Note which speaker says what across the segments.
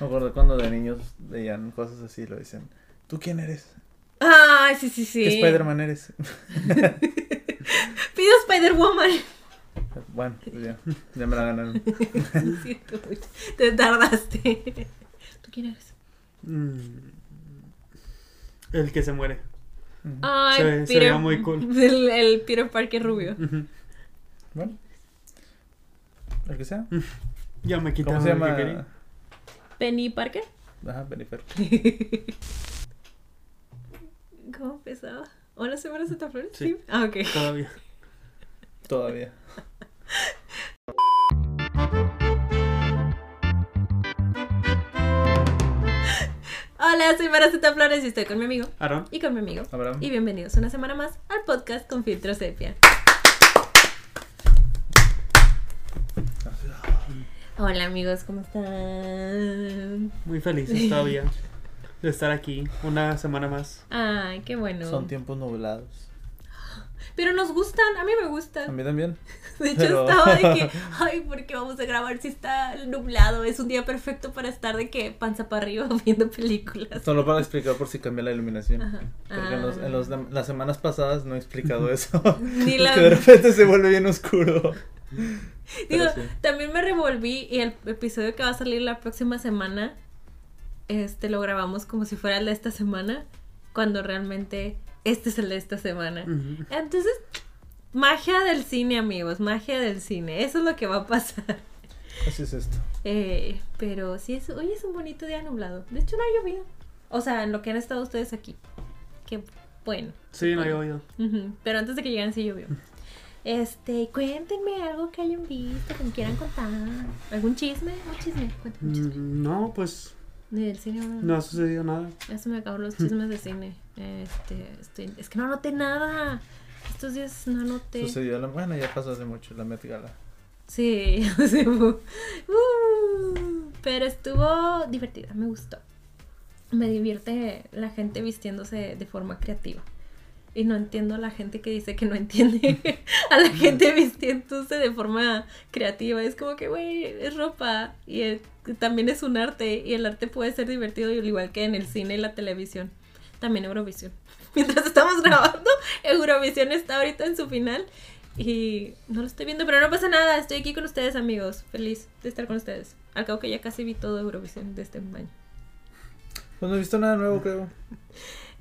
Speaker 1: Me acuerdo cuando de niños veían cosas así y lo dicen. ¿Tú quién eres?
Speaker 2: Ay, sí, sí, sí.
Speaker 1: ¿Qué Spider-Man eres?
Speaker 2: Pido Spider-Woman.
Speaker 1: bueno, pues ya, ya me la ganaron.
Speaker 2: Lo siento mucho. Te tardaste. ¿Tú quién eres?
Speaker 3: Mm. El que se muere.
Speaker 1: Ujú.
Speaker 2: Ay,
Speaker 3: Se ve- se veía muy cool.
Speaker 2: El, el Peter Parker rubio.
Speaker 3: Ujú.
Speaker 1: Bueno. El que sea.
Speaker 3: Ya me quitaron
Speaker 1: ¿Cómo se
Speaker 3: el que quería.
Speaker 1: llama?
Speaker 2: ¿Penny Parker?
Speaker 1: Ajá, Perifer.
Speaker 2: ¿Cómo empezaba? ¿Hola, semana Santa Flores?
Speaker 3: Sí.
Speaker 2: Ah, ok.
Speaker 3: Todavía.
Speaker 1: Todavía.
Speaker 2: Hola, soy Mara Santa Flores y estoy con mi amigo.
Speaker 3: Aaron.
Speaker 2: Y con mi amigo.
Speaker 1: Abraham.
Speaker 2: Y bienvenidos una semana más al podcast con Filtro Sepia. Hola amigos, ¿cómo están?
Speaker 3: Muy felices todavía de estar aquí una semana más.
Speaker 2: Ay, qué bueno.
Speaker 1: Son tiempos nublados.
Speaker 2: Pero nos gustan, a mí me
Speaker 1: A
Speaker 2: gustan.
Speaker 1: mí también.
Speaker 2: De hecho,
Speaker 1: pero-
Speaker 2: estaba de que, ay, ¿por qué vamos a grabar si está nublado? Es un día perfecto para estar de que panza para arriba viendo películas.
Speaker 1: Solo para explicar por si cambia la iluminación.
Speaker 2: Ajá.
Speaker 1: Porque en, los-
Speaker 2: Ah.
Speaker 1: en los dem- las semanas pasadas no he explicado eso.
Speaker 2: Ni la-
Speaker 1: Que de repente se vuelve bien oscuro.
Speaker 2: Digo,
Speaker 1: Pero sí.
Speaker 2: también me revolví y el episodio que va a salir la próxima semana, este lo grabamos como si fuera el de esta semana, cuando realmente este es el de esta semana.
Speaker 1: Mm.
Speaker 3: Ujú.
Speaker 2: Entonces, magia del cine, amigos, magia del cine. Eso es lo que va a pasar.
Speaker 1: Así es esto.
Speaker 2: Eh, pero sí, es, hoy es un bonito día nublado. De hecho, no ha llovido. O sea, en lo que han estado ustedes aquí. Qué bueno.
Speaker 3: Sí, no había oído.
Speaker 2: Ujú, Pero antes de que llegaran sí llovió. Este, cuéntenme algo que hayan visto, que me quieran contar. ¿Algún chisme? Un chisme, cuéntame un chisme.
Speaker 3: Mm, No, pues
Speaker 2: Del cine. bueno,
Speaker 3: no ha sucedido nada.
Speaker 2: Ya se me acabaron los chismes de cine. Este, estoy- es que no anoté nada. Estos días no anoté.
Speaker 1: Sucedió la. Bueno, ya pasó hace mucho la Met Gala.
Speaker 2: Sí, o sea, fue- uh, pero estuvo divertida, me gustó. Me divierte la gente vistiéndose de forma creativa. Y no entiendo a la gente que dice que no entiende a la gente vistiéndose de forma creativa. Es como que, güey, es ropa y es- también es un arte y el arte puede ser divertido al igual que en el cine y la televisión. También Eurovisión. Mientras estamos grabando, Eurovisión está ahorita en su final y no lo estoy viendo, pero no pasa nada. Estoy aquí con ustedes, amigos. Feliz de estar con ustedes. Al cabo que ya casi vi todo Eurovisión de este año.
Speaker 1: Pues no he visto nada nuevo, creo.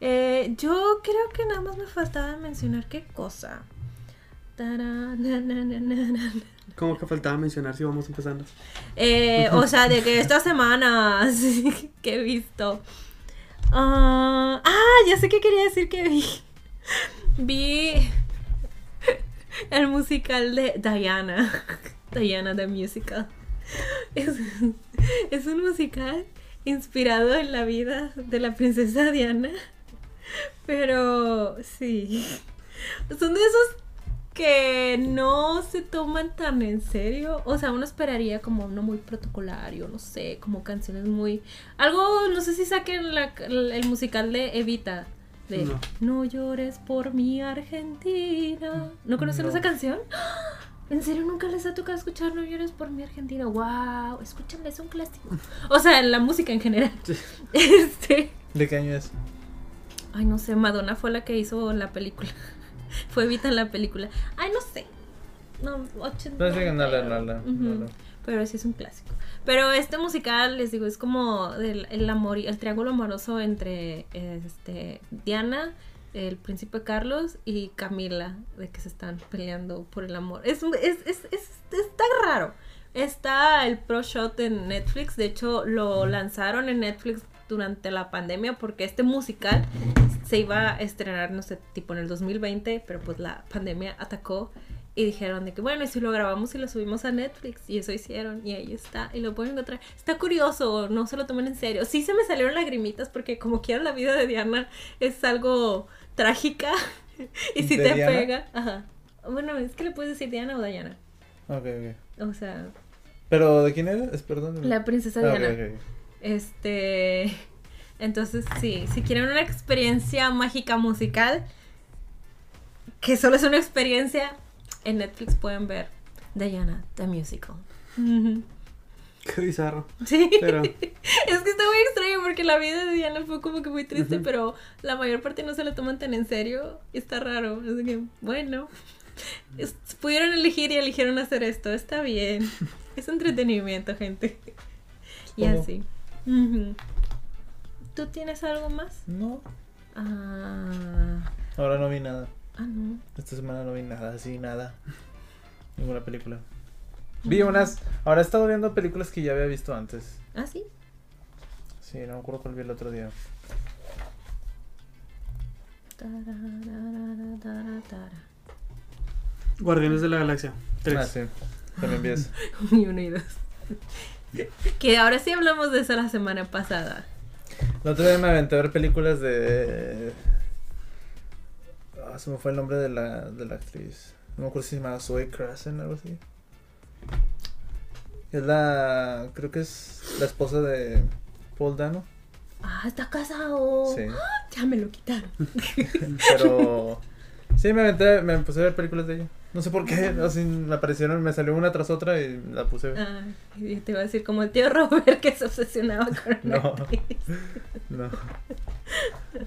Speaker 2: Eh, yo creo que nada más me faltaba mencionar qué cosa. Tará, na, na, na, na, na.
Speaker 3: Como que faltaba mencionar si vamos empezando.
Speaker 2: Eh, o sea, de que esta semana sí, que he visto. Ah, ah, ya sé qué quería decir que vi. Vi el musical de Diana. Diana the Musical. Es, es un musical inspirado en la vida de la princesa Diana. Pero sí. Son de esos que no se toman tan en serio. O sea, uno esperaría como uno muy protocolario, no sé, como canciones muy... Algo, no sé si saquen la- el musical de Evita. De no.
Speaker 3: No.
Speaker 2: llores por mi Argentina. ¿No conocen
Speaker 1: No.
Speaker 2: esa canción? ¡Ah! ¿En serio nunca les ha tocado escuchar No llores por mi Argentina? ¡Wow! Escúchenla, es un clásico. O sea, la música en general.
Speaker 3: Sí.
Speaker 2: Este...
Speaker 1: ¿De qué año es?
Speaker 2: Ay, no sé, Madonna fue la que hizo la película. fue Evita en la película. Ay, no sé. No, ochenta-
Speaker 1: No, sí, no, no, no, no,
Speaker 2: Ujú.
Speaker 1: no, no.
Speaker 2: Pero sí es un clásico. Pero este musical, les digo, es como del, el amor, el triángulo amoroso entre este Diana, el príncipe Carlos y Camila, de que se están peleando por el amor. Es, un- es, es, es- está raro. Está el pro shot en Netflix. De hecho, lo lanzaron en Netflix durante la pandemia porque este musical se iba a estrenar, no sé, tipo en el 2020, pero pues la pandemia atacó y dijeron de que bueno, y si lo grabamos y lo subimos a Netflix, y eso hicieron, y ahí está, y lo pueden encontrar. Está curioso, no se lo tomen en serio. Sí se me salieron lagrimitas porque como quiera la vida de Diana es algo trágica y si
Speaker 1: ¿De
Speaker 2: te
Speaker 1: Diana?
Speaker 2: pega, ajá. Bueno, es que le puedes decir Diana o Diana.
Speaker 1: Ok, ok.
Speaker 2: O sea,
Speaker 1: ¿Pero de quién eres? Perdón.
Speaker 2: la princesa
Speaker 1: Ah, ok,
Speaker 2: Diana.
Speaker 1: ok, ok.
Speaker 2: Este. Entonces, sí, si quieren una experiencia mágica musical, que solo es una experiencia, en Netflix pueden ver Diana, The Musical. Ujú.
Speaker 3: Qué bizarro.
Speaker 2: Sí.
Speaker 3: Pero-
Speaker 2: Es que está muy extraño porque la vida de Diana fue como que muy triste,
Speaker 3: Ujú.
Speaker 2: pero la mayor parte no se la toman tan en serio. y Está raro. Así que, bueno. Es- pudieron elegir y eligieron hacer esto. Está bien. Es entretenimiento, gente. Y
Speaker 1: Supongo.
Speaker 2: así. Ujú. ¿Tú tienes algo más?
Speaker 1: No,
Speaker 2: Ah,
Speaker 1: ahora no vi nada.
Speaker 2: ah no.
Speaker 1: Esta semana no vi nada, así nada. Ninguna película. Vi unas. Ahora he estado viendo películas que ya había visto antes.
Speaker 2: Ah, sí.
Speaker 1: Sí, no me acuerdo cuál vi el otro día.
Speaker 2: Tararara, tarara, tara.
Speaker 3: Guardianes de la Galaxia. Tres.
Speaker 1: Ah, sí. También vi eso.
Speaker 2: Y uno y dos. Que ahora sí hablamos de eso la semana pasada.
Speaker 1: El otro día me aventé a ver películas de. Ah, se me fue el nombre de la, de la actriz. No me acuerdo si se llamaba Zoe Krasen o algo así. Es la. Creo que es la esposa de Paul Dano.
Speaker 2: Ah, está casado.
Speaker 1: Sí.
Speaker 2: Ya me lo quitaron.
Speaker 1: Pero. Sí, me aventé, me puse a ver películas de ella. No sé por qué, así me aparecieron, me salió una tras otra y la puse a ver.
Speaker 2: Ah, y te iba a decir como el tío Robert que se obsesionaba con una
Speaker 1: No.
Speaker 2: actriz.
Speaker 1: No.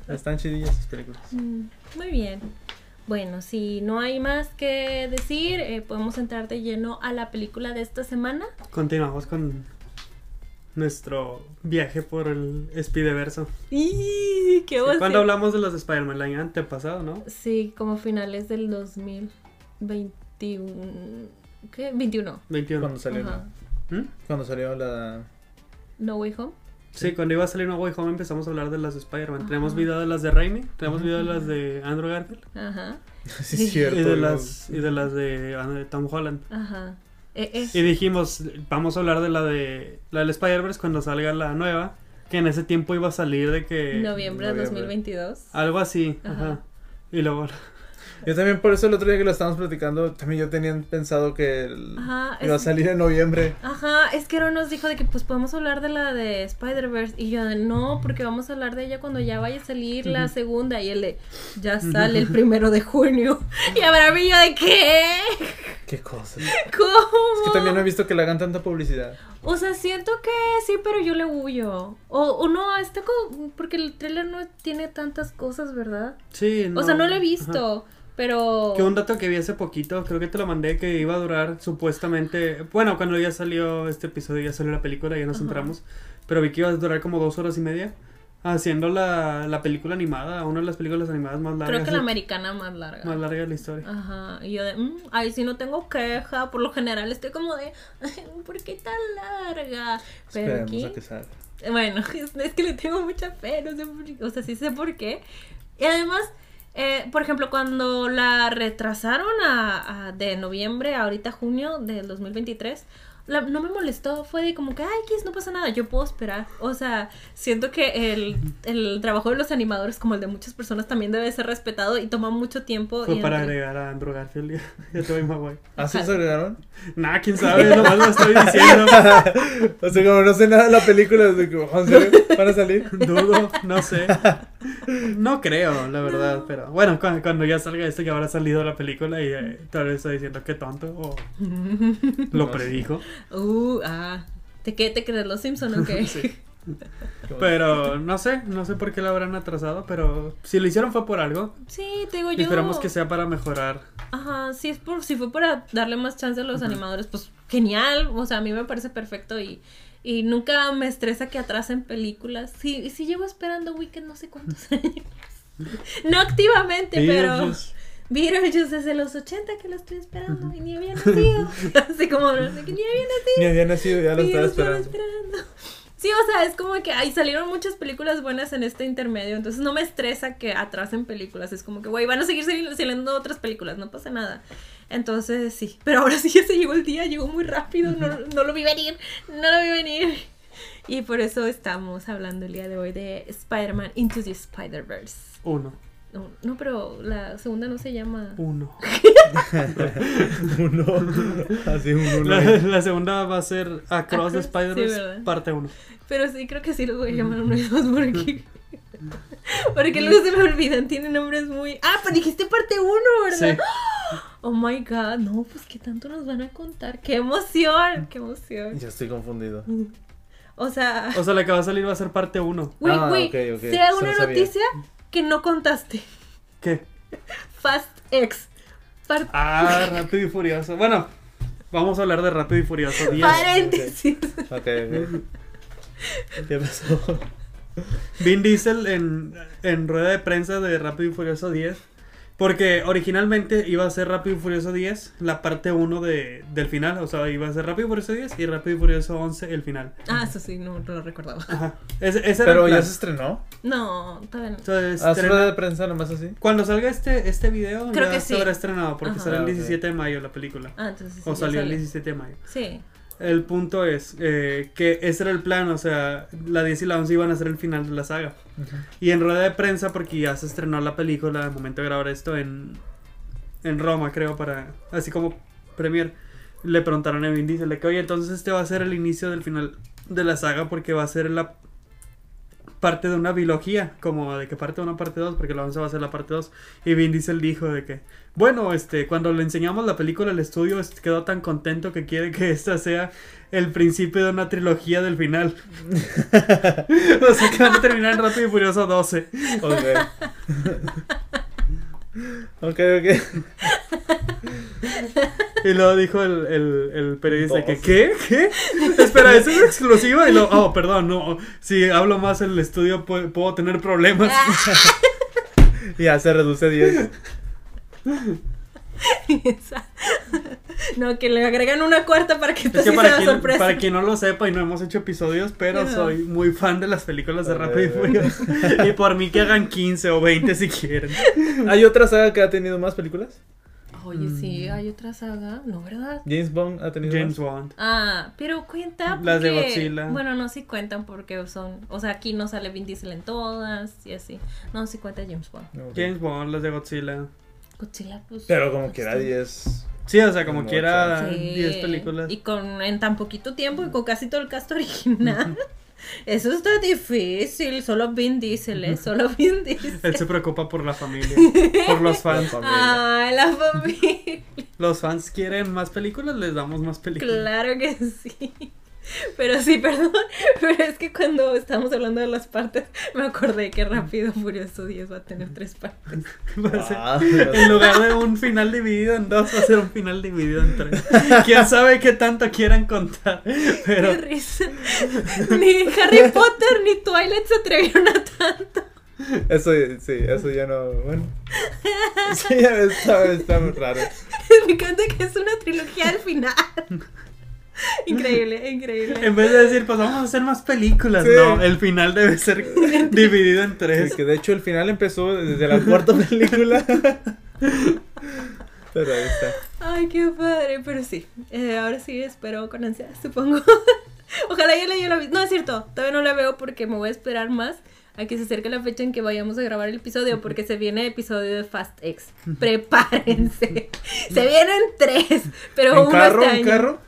Speaker 1: Están chidillas esas películas.
Speaker 2: Mm, Muy bien. Bueno, si no hay más que decir, eh, podemos entrar de lleno a la película de esta semana.
Speaker 3: Continuamos con nuestro viaje por el Spideverso.
Speaker 2: ¡Y qué
Speaker 3: Sí,
Speaker 2: emoción!
Speaker 3: ¿Cuándo hablamos de los de Spider-Man? El año antepasado, ¿no?
Speaker 2: Sí, como finales del 2021. ¿Qué? 21.
Speaker 3: 21.
Speaker 1: Cuando salió,
Speaker 2: Ajá.
Speaker 3: ¿Mm?
Speaker 1: cuando salió la.
Speaker 2: No Way Home.
Speaker 3: Sí, cuando iba a salir No Way Home empezamos a hablar de las de Spider-Man.
Speaker 2: Ajá.
Speaker 3: Tenemos video de las de Raimi, tenemos video de las de Andrew Garfield
Speaker 2: Ajá.
Speaker 1: Sí, es cierto.
Speaker 3: y de,
Speaker 1: ¿no?
Speaker 3: las, y de las de ah, de Tom Holland.
Speaker 2: Ajá. Eh, eh.
Speaker 3: Y dijimos, vamos a hablar de la de la del Spider-Verse cuando salga la nueva, que en ese tiempo iba a salir de que
Speaker 2: noviembre de
Speaker 1: noviembre.
Speaker 2: 2022.
Speaker 3: algo así,
Speaker 2: Ajá.
Speaker 3: ajá. Y luego
Speaker 1: Yo también, por eso el otro día que lo estábamos platicando, también yo tenía pensado que el-
Speaker 2: Ajá,
Speaker 1: iba a
Speaker 2: es-
Speaker 1: salir en noviembre.
Speaker 2: Ajá, es que Aaron nos dijo de que pues podemos hablar de la de Spider-Verse y yo de no, porque vamos a hablar de ella cuando ya vaya a salir la segunda y él de ya sale el primero de junio y habrá mí yo de qué,
Speaker 1: Qué cosa.
Speaker 2: cómo.
Speaker 1: Es que también no he visto que le hagan tanta publicidad.
Speaker 2: O sea, siento que sí, pero yo le huyo. O, o no, está como, porque el tráiler no tiene tantas cosas, ¿verdad?
Speaker 3: sí,
Speaker 2: O sea, no lo he
Speaker 3: ajá.
Speaker 2: visto, pero...
Speaker 3: Que un dato que vi hace poquito, creo que te lo mandé, que iba a durar supuestamente. Bueno, cuando ya salió este episodio, ya salió la película, ya nos
Speaker 2: Ajá.
Speaker 3: entramos. Pero vi que iba a durar como dos horas y media haciendo la, la película animada, una de las películas animadas más largas.
Speaker 2: Creo que la Ah, americana más larga.
Speaker 3: Más larga de la historia.
Speaker 2: Ajá, y yo de, "Mm, ay, sí, no tengo queja, por lo general estoy como de, "Ay, ¿por qué tan larga? Pero
Speaker 1: Esperemos
Speaker 2: aquí,
Speaker 1: a que salga.
Speaker 2: bueno, es, es que le tengo mucha fe, no sé por qué, o sea, sí sé por qué. Y además, eh, por ejemplo, cuando la retrasaron a, a- de noviembre a ahorita junio del 2023, la- no me molestó, fue de como que, ay, X, no pasa nada, yo puedo esperar. O sea, siento que el, el trabajo de los animadores, como el de muchas personas, también debe ser respetado y toma mucho tiempo.
Speaker 3: Fue
Speaker 2: y
Speaker 3: para
Speaker 2: entre-
Speaker 3: agregar a Andrew Garfield y a Tobey Maguire.
Speaker 1: ¿Ah, sí
Speaker 2: Ojalá.
Speaker 1: se agregaron?
Speaker 3: Nah, quién sabe, nomás lo estoy diciendo.
Speaker 1: o sea, como no sé nada de la película, es de que, ¿en serio? ¿Van a salir?
Speaker 3: Dudo, no sé. No creo, la verdad.
Speaker 2: No.
Speaker 3: Pero bueno, cu- cuando, ya salga este que habrá salido la película y eh, tal vez estoy diciendo que tonto o lo
Speaker 1: No sé.
Speaker 3: predijo.
Speaker 2: Uh, ah. ¿Te, qué, ¿Te crees los Simpson o qué?
Speaker 3: Sí. Pero no sé, no sé por qué lo habrán atrasado, pero si lo hicieron fue por algo.
Speaker 2: Sí, te digo
Speaker 3: Y
Speaker 2: yo.
Speaker 3: esperamos que sea para mejorar.
Speaker 2: Ajá, si, es por, si fue para darle más chance a los animadores, pues genial. O sea, a mí me parece perfecto y, y nunca me estresa que atrasen películas. Sí, sí llevo esperando Weekend no sé cuántos años. No activamente, pero.
Speaker 3: Beetlejuice.
Speaker 1: pues,
Speaker 2: Beetlejuice desde los 80 que lo estoy esperando y ni había nacido. Así como, no sé, que ni había nacido.
Speaker 1: Ni había nacido, ya lo
Speaker 2: Sí,
Speaker 1: estaba
Speaker 2: lo estaba
Speaker 1: esperando.
Speaker 2: esperando. Sí, o sea, es como que ahí salieron muchas películas buenas en este intermedio, entonces no me estresa que atrasen películas, es como que, güey, van a seguir sali- saliendo otras películas, no pasa nada. Entonces, sí, pero ahora sí ya se llegó el día, llegó muy rápido, no, no lo vi venir, no lo vi venir. Y por eso estamos hablando el día de hoy de Spider-Man Into the Spider-Verse.
Speaker 3: Uno,
Speaker 2: No, no, pero la segunda no se llama...
Speaker 3: uno.
Speaker 1: Uno. Así, un uno.
Speaker 3: La, la segunda va a ser Across the
Speaker 2: Across, sí,
Speaker 3: Spider-Verse,
Speaker 2: ¿verdad?
Speaker 3: parte uno.
Speaker 2: Pero sí, creo que sí los voy a llamar uno y dos porque. Porque luego se me olvidan, tienen nombres muy. Ah, pero dijiste parte uno,
Speaker 3: Sí.
Speaker 2: ¿verdad? oh my god, no, pues qué tanto nos van a contar. ¡Qué emoción! ¡Qué emoción!
Speaker 1: Ya estoy confundido.
Speaker 2: O sea,
Speaker 3: O sea, la que va a salir va a ser parte 1.
Speaker 2: güey,
Speaker 1: Ah,
Speaker 2: güey,
Speaker 1: ok, ok,
Speaker 2: sea
Speaker 1: eso
Speaker 2: una
Speaker 1: no sabía.
Speaker 2: noticia que no contaste.
Speaker 3: ¿Qué?
Speaker 2: Fast X. Par-
Speaker 3: Ah, Rápido y Furioso. Bueno, vamos a hablar de Rápido y Furioso 10.
Speaker 2: paréntesis.
Speaker 1: Ok, ok. ¿Qué pasó?
Speaker 3: Vin Diesel en, en rueda de prensa de Rápido y Furioso 10. Porque originalmente iba a ser Rápido y Furioso 10, la parte 1 de, del final. O sea, iba a ser Rápido y Furioso 10 y Rápido y Furioso 11 el final.
Speaker 2: Ah, eso sí, no, no lo recordaba.
Speaker 3: Ajá. Ese, ese era
Speaker 1: Pero
Speaker 3: el
Speaker 1: ya
Speaker 3: plan.
Speaker 1: se Ah, estrenó.
Speaker 2: No, todavía no.
Speaker 3: Entonces,
Speaker 1: ¿A
Speaker 3: estrena-
Speaker 1: rueda de prensa nomás así?
Speaker 3: Cuando salga este, este video,
Speaker 2: Creo
Speaker 3: ya
Speaker 2: que
Speaker 3: se
Speaker 2: sí.
Speaker 3: habrá estrenado porque
Speaker 2: Ajá.
Speaker 3: será
Speaker 1: Ah,
Speaker 3: el
Speaker 1: ok.
Speaker 3: 17 de mayo la película.
Speaker 2: Ah, entonces sí,
Speaker 3: o
Speaker 2: ya
Speaker 3: salió el
Speaker 2: sale.
Speaker 3: 17 de mayo.
Speaker 2: Sí.
Speaker 3: El punto es eh, que ese era el plan, o sea, la 10 y la 11 iban a ser el final de la saga. Y en rueda de prensa, porque ya se estrenó la película al momento de grabar esto en, en Roma, creo, para así como premier, le preguntaron a Vin Diesel de que, oye, entonces este va a ser el inicio del final de la saga porque va a ser la parte de una biología, como de que parte 1, parte 2, porque la 11 va a ser la parte 2. Y Vin Diesel dijo de que, bueno, este, cuando le enseñamos la película al estudio, este, quedó tan contento que quiere que esta sea el principio de una trilogía del final. o sea, que van a terminar en Rápido y Furioso 12.
Speaker 1: Ok. ok, ok.
Speaker 3: Y luego dijo el, el, el periodista que,
Speaker 1: 12.
Speaker 3: ¿qué? ¿Qué? Espera, ¿eso es exclusiva? Y luego, oh, perdón, no, si hablo más en el estudio pu- puedo tener problemas.
Speaker 2: Ah,
Speaker 1: Ya se reduce a 10.
Speaker 2: Esa. no, que le agregan una cuarta para que tú
Speaker 3: Es que
Speaker 2: sí
Speaker 3: para
Speaker 2: sea
Speaker 3: quien,
Speaker 2: sorpresa.
Speaker 3: para quien no lo sepa y no hemos hecho episodios, pero
Speaker 2: Ajá.
Speaker 3: soy muy fan de las películas de
Speaker 1: Ok,
Speaker 3: Rápido y
Speaker 1: ok.
Speaker 3: Furioso. Y por mí que hagan 15 o 20 si quieren.
Speaker 1: ¿Hay otra saga que ha tenido más películas?
Speaker 2: Oye,
Speaker 3: Mm.
Speaker 2: sí, hay otra saga, ¿no, verdad?
Speaker 1: James Bond ha tenido
Speaker 3: James
Speaker 1: más.
Speaker 3: Bond.
Speaker 2: Ah, pero cuenta
Speaker 3: Las de
Speaker 2: porque-
Speaker 3: Godzilla.
Speaker 2: Bueno, no, sí cuentan porque son... O sea, aquí no sale Vin Diesel en todas y así. No, sí cuenta James Bond.
Speaker 1: Ok.
Speaker 3: James Bond, las de Godzilla.
Speaker 2: Godzilla, pues...
Speaker 1: Pero como quiera
Speaker 2: está-
Speaker 1: 10.
Speaker 3: Sí, o sea, como
Speaker 1: Como
Speaker 3: quiera,
Speaker 1: ocho.
Speaker 2: Sí.
Speaker 3: 10 películas.
Speaker 2: Y con, en tan poquito tiempo y con casi todo el cast original. Eso está difícil. Solo Vin Diesel, ¿eh? Solo Vin Diesel.
Speaker 3: Él se preocupa por la familia, por los fans.
Speaker 2: Ay, la familia.
Speaker 3: Los fans quieren más películas, les damos más películas.
Speaker 2: Claro que sí. Pero sí, perdón, pero es que cuando estábamos hablando de las partes, me acordé que Rápido Furioso 10 va a tener tres partes.
Speaker 3: Va a ser-
Speaker 1: Ah,
Speaker 3: En lugar de un final dividido en dos, va a ser un final dividido en tres. Quién sabe qué tanto quieran contar. Pero
Speaker 2: Qué risa. Ni Harry Potter ni Twilight se atrevieron a tanto.
Speaker 1: eso sí, eso ya no. Bueno. Sí, ya está, está muy raro.
Speaker 2: Me encanta que es una trilogía al final. Increíble, increíble.
Speaker 3: en vez de decir, pues vamos a hacer más películas,
Speaker 1: Sí.
Speaker 3: no. El final debe ser dividido en tres.
Speaker 1: Es que de hecho el final empezó desde la cuarta película. Pero ahí está.
Speaker 2: Ay, qué padre, pero sí. eh, ahora sí espero con ansiedad, supongo. Ojalá ya la haya visto. No, es cierto, todavía no la veo porque me voy a esperar más a que se acerque la fecha en que vayamos a grabar el episodio porque se viene episodio de Fast X. Prepárense. se vienen tres, pero
Speaker 1: ¿En
Speaker 2: uno
Speaker 1: carro?
Speaker 2: este
Speaker 1: ¿En
Speaker 2: año.
Speaker 1: carro?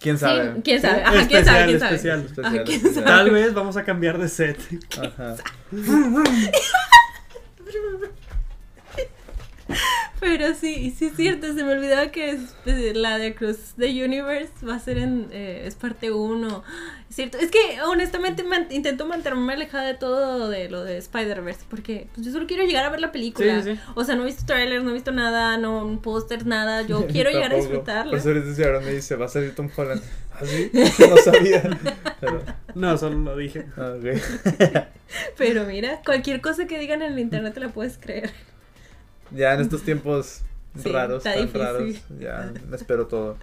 Speaker 1: ¿Quién
Speaker 2: Sí,
Speaker 1: sabe?
Speaker 2: ¿Quién sabe? Ajá,
Speaker 3: Especial,
Speaker 2: ¿quién sabe? ¿Quién sabe?
Speaker 3: especial,
Speaker 2: Ajá, ¿quién
Speaker 1: especial.
Speaker 2: sabe?
Speaker 3: Tal vez vamos a cambiar de set.
Speaker 1: Ajá.
Speaker 2: Pero sí, y sí es cierto, se me olvidaba que es- eh, la de Cruz the Universe va a ser en, eh, es parte 1. Es cierto, es que honestamente man- intento mantenerme alejada de todo de lo de Spider-Verse, porque pues, yo solo quiero llegar a ver la película.
Speaker 3: Sí, sí, sí.
Speaker 2: O sea, no he visto trailers, no he visto nada, no pósters, nada, yo quiero llegar a
Speaker 1: Tampoco. Pues, eh, Por
Speaker 2: disfrutarla.
Speaker 1: eso ahorita ahora me dice, va a salir Tom Holland. Así, no sabía. Pero,
Speaker 3: No, solo lo dije.
Speaker 1: ah, ok.
Speaker 2: Pero mira, cualquier cosa que digan en el internet te la puedes creer.
Speaker 1: Ya en estos tiempos
Speaker 2: Sí,
Speaker 1: raros,
Speaker 2: está
Speaker 1: tan
Speaker 2: difícil.
Speaker 1: raros, ya me espero todo.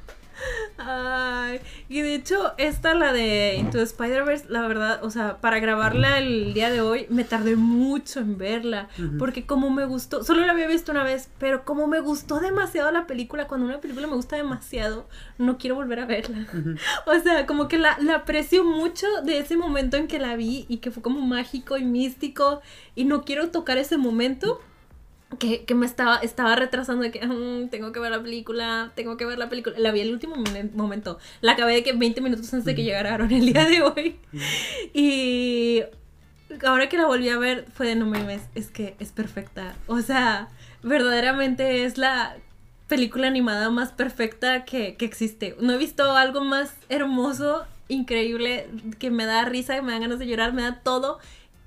Speaker 2: Ay, y de hecho, esta, la de Into the Spider-Verse, la verdad, o sea, para grabarla el día de hoy, me tardé mucho en verla.
Speaker 3: Ujú.
Speaker 2: Porque como me gustó, solo la había visto una vez, pero como me gustó demasiado la película, cuando una película me gusta demasiado, no quiero volver a verla.
Speaker 3: Ujú.
Speaker 2: O sea, como que la, la aprecio mucho de ese momento en que la vi y que fue como mágico y místico y no quiero tocar ese momento que, que me estaba, estaba retrasando de que "Mm, tengo que ver la película, tengo que ver la película. La vi el último momen- momento. La acabé de que 20 minutos antes de que llegaran el día de hoy. Y ahora que la volví a ver fue de no mames, es que es perfecta. O sea, verdaderamente es la película animada más perfecta que, que existe. No he visto algo más hermoso, increíble, que me da risa, que me dan ganas de llorar, me da todo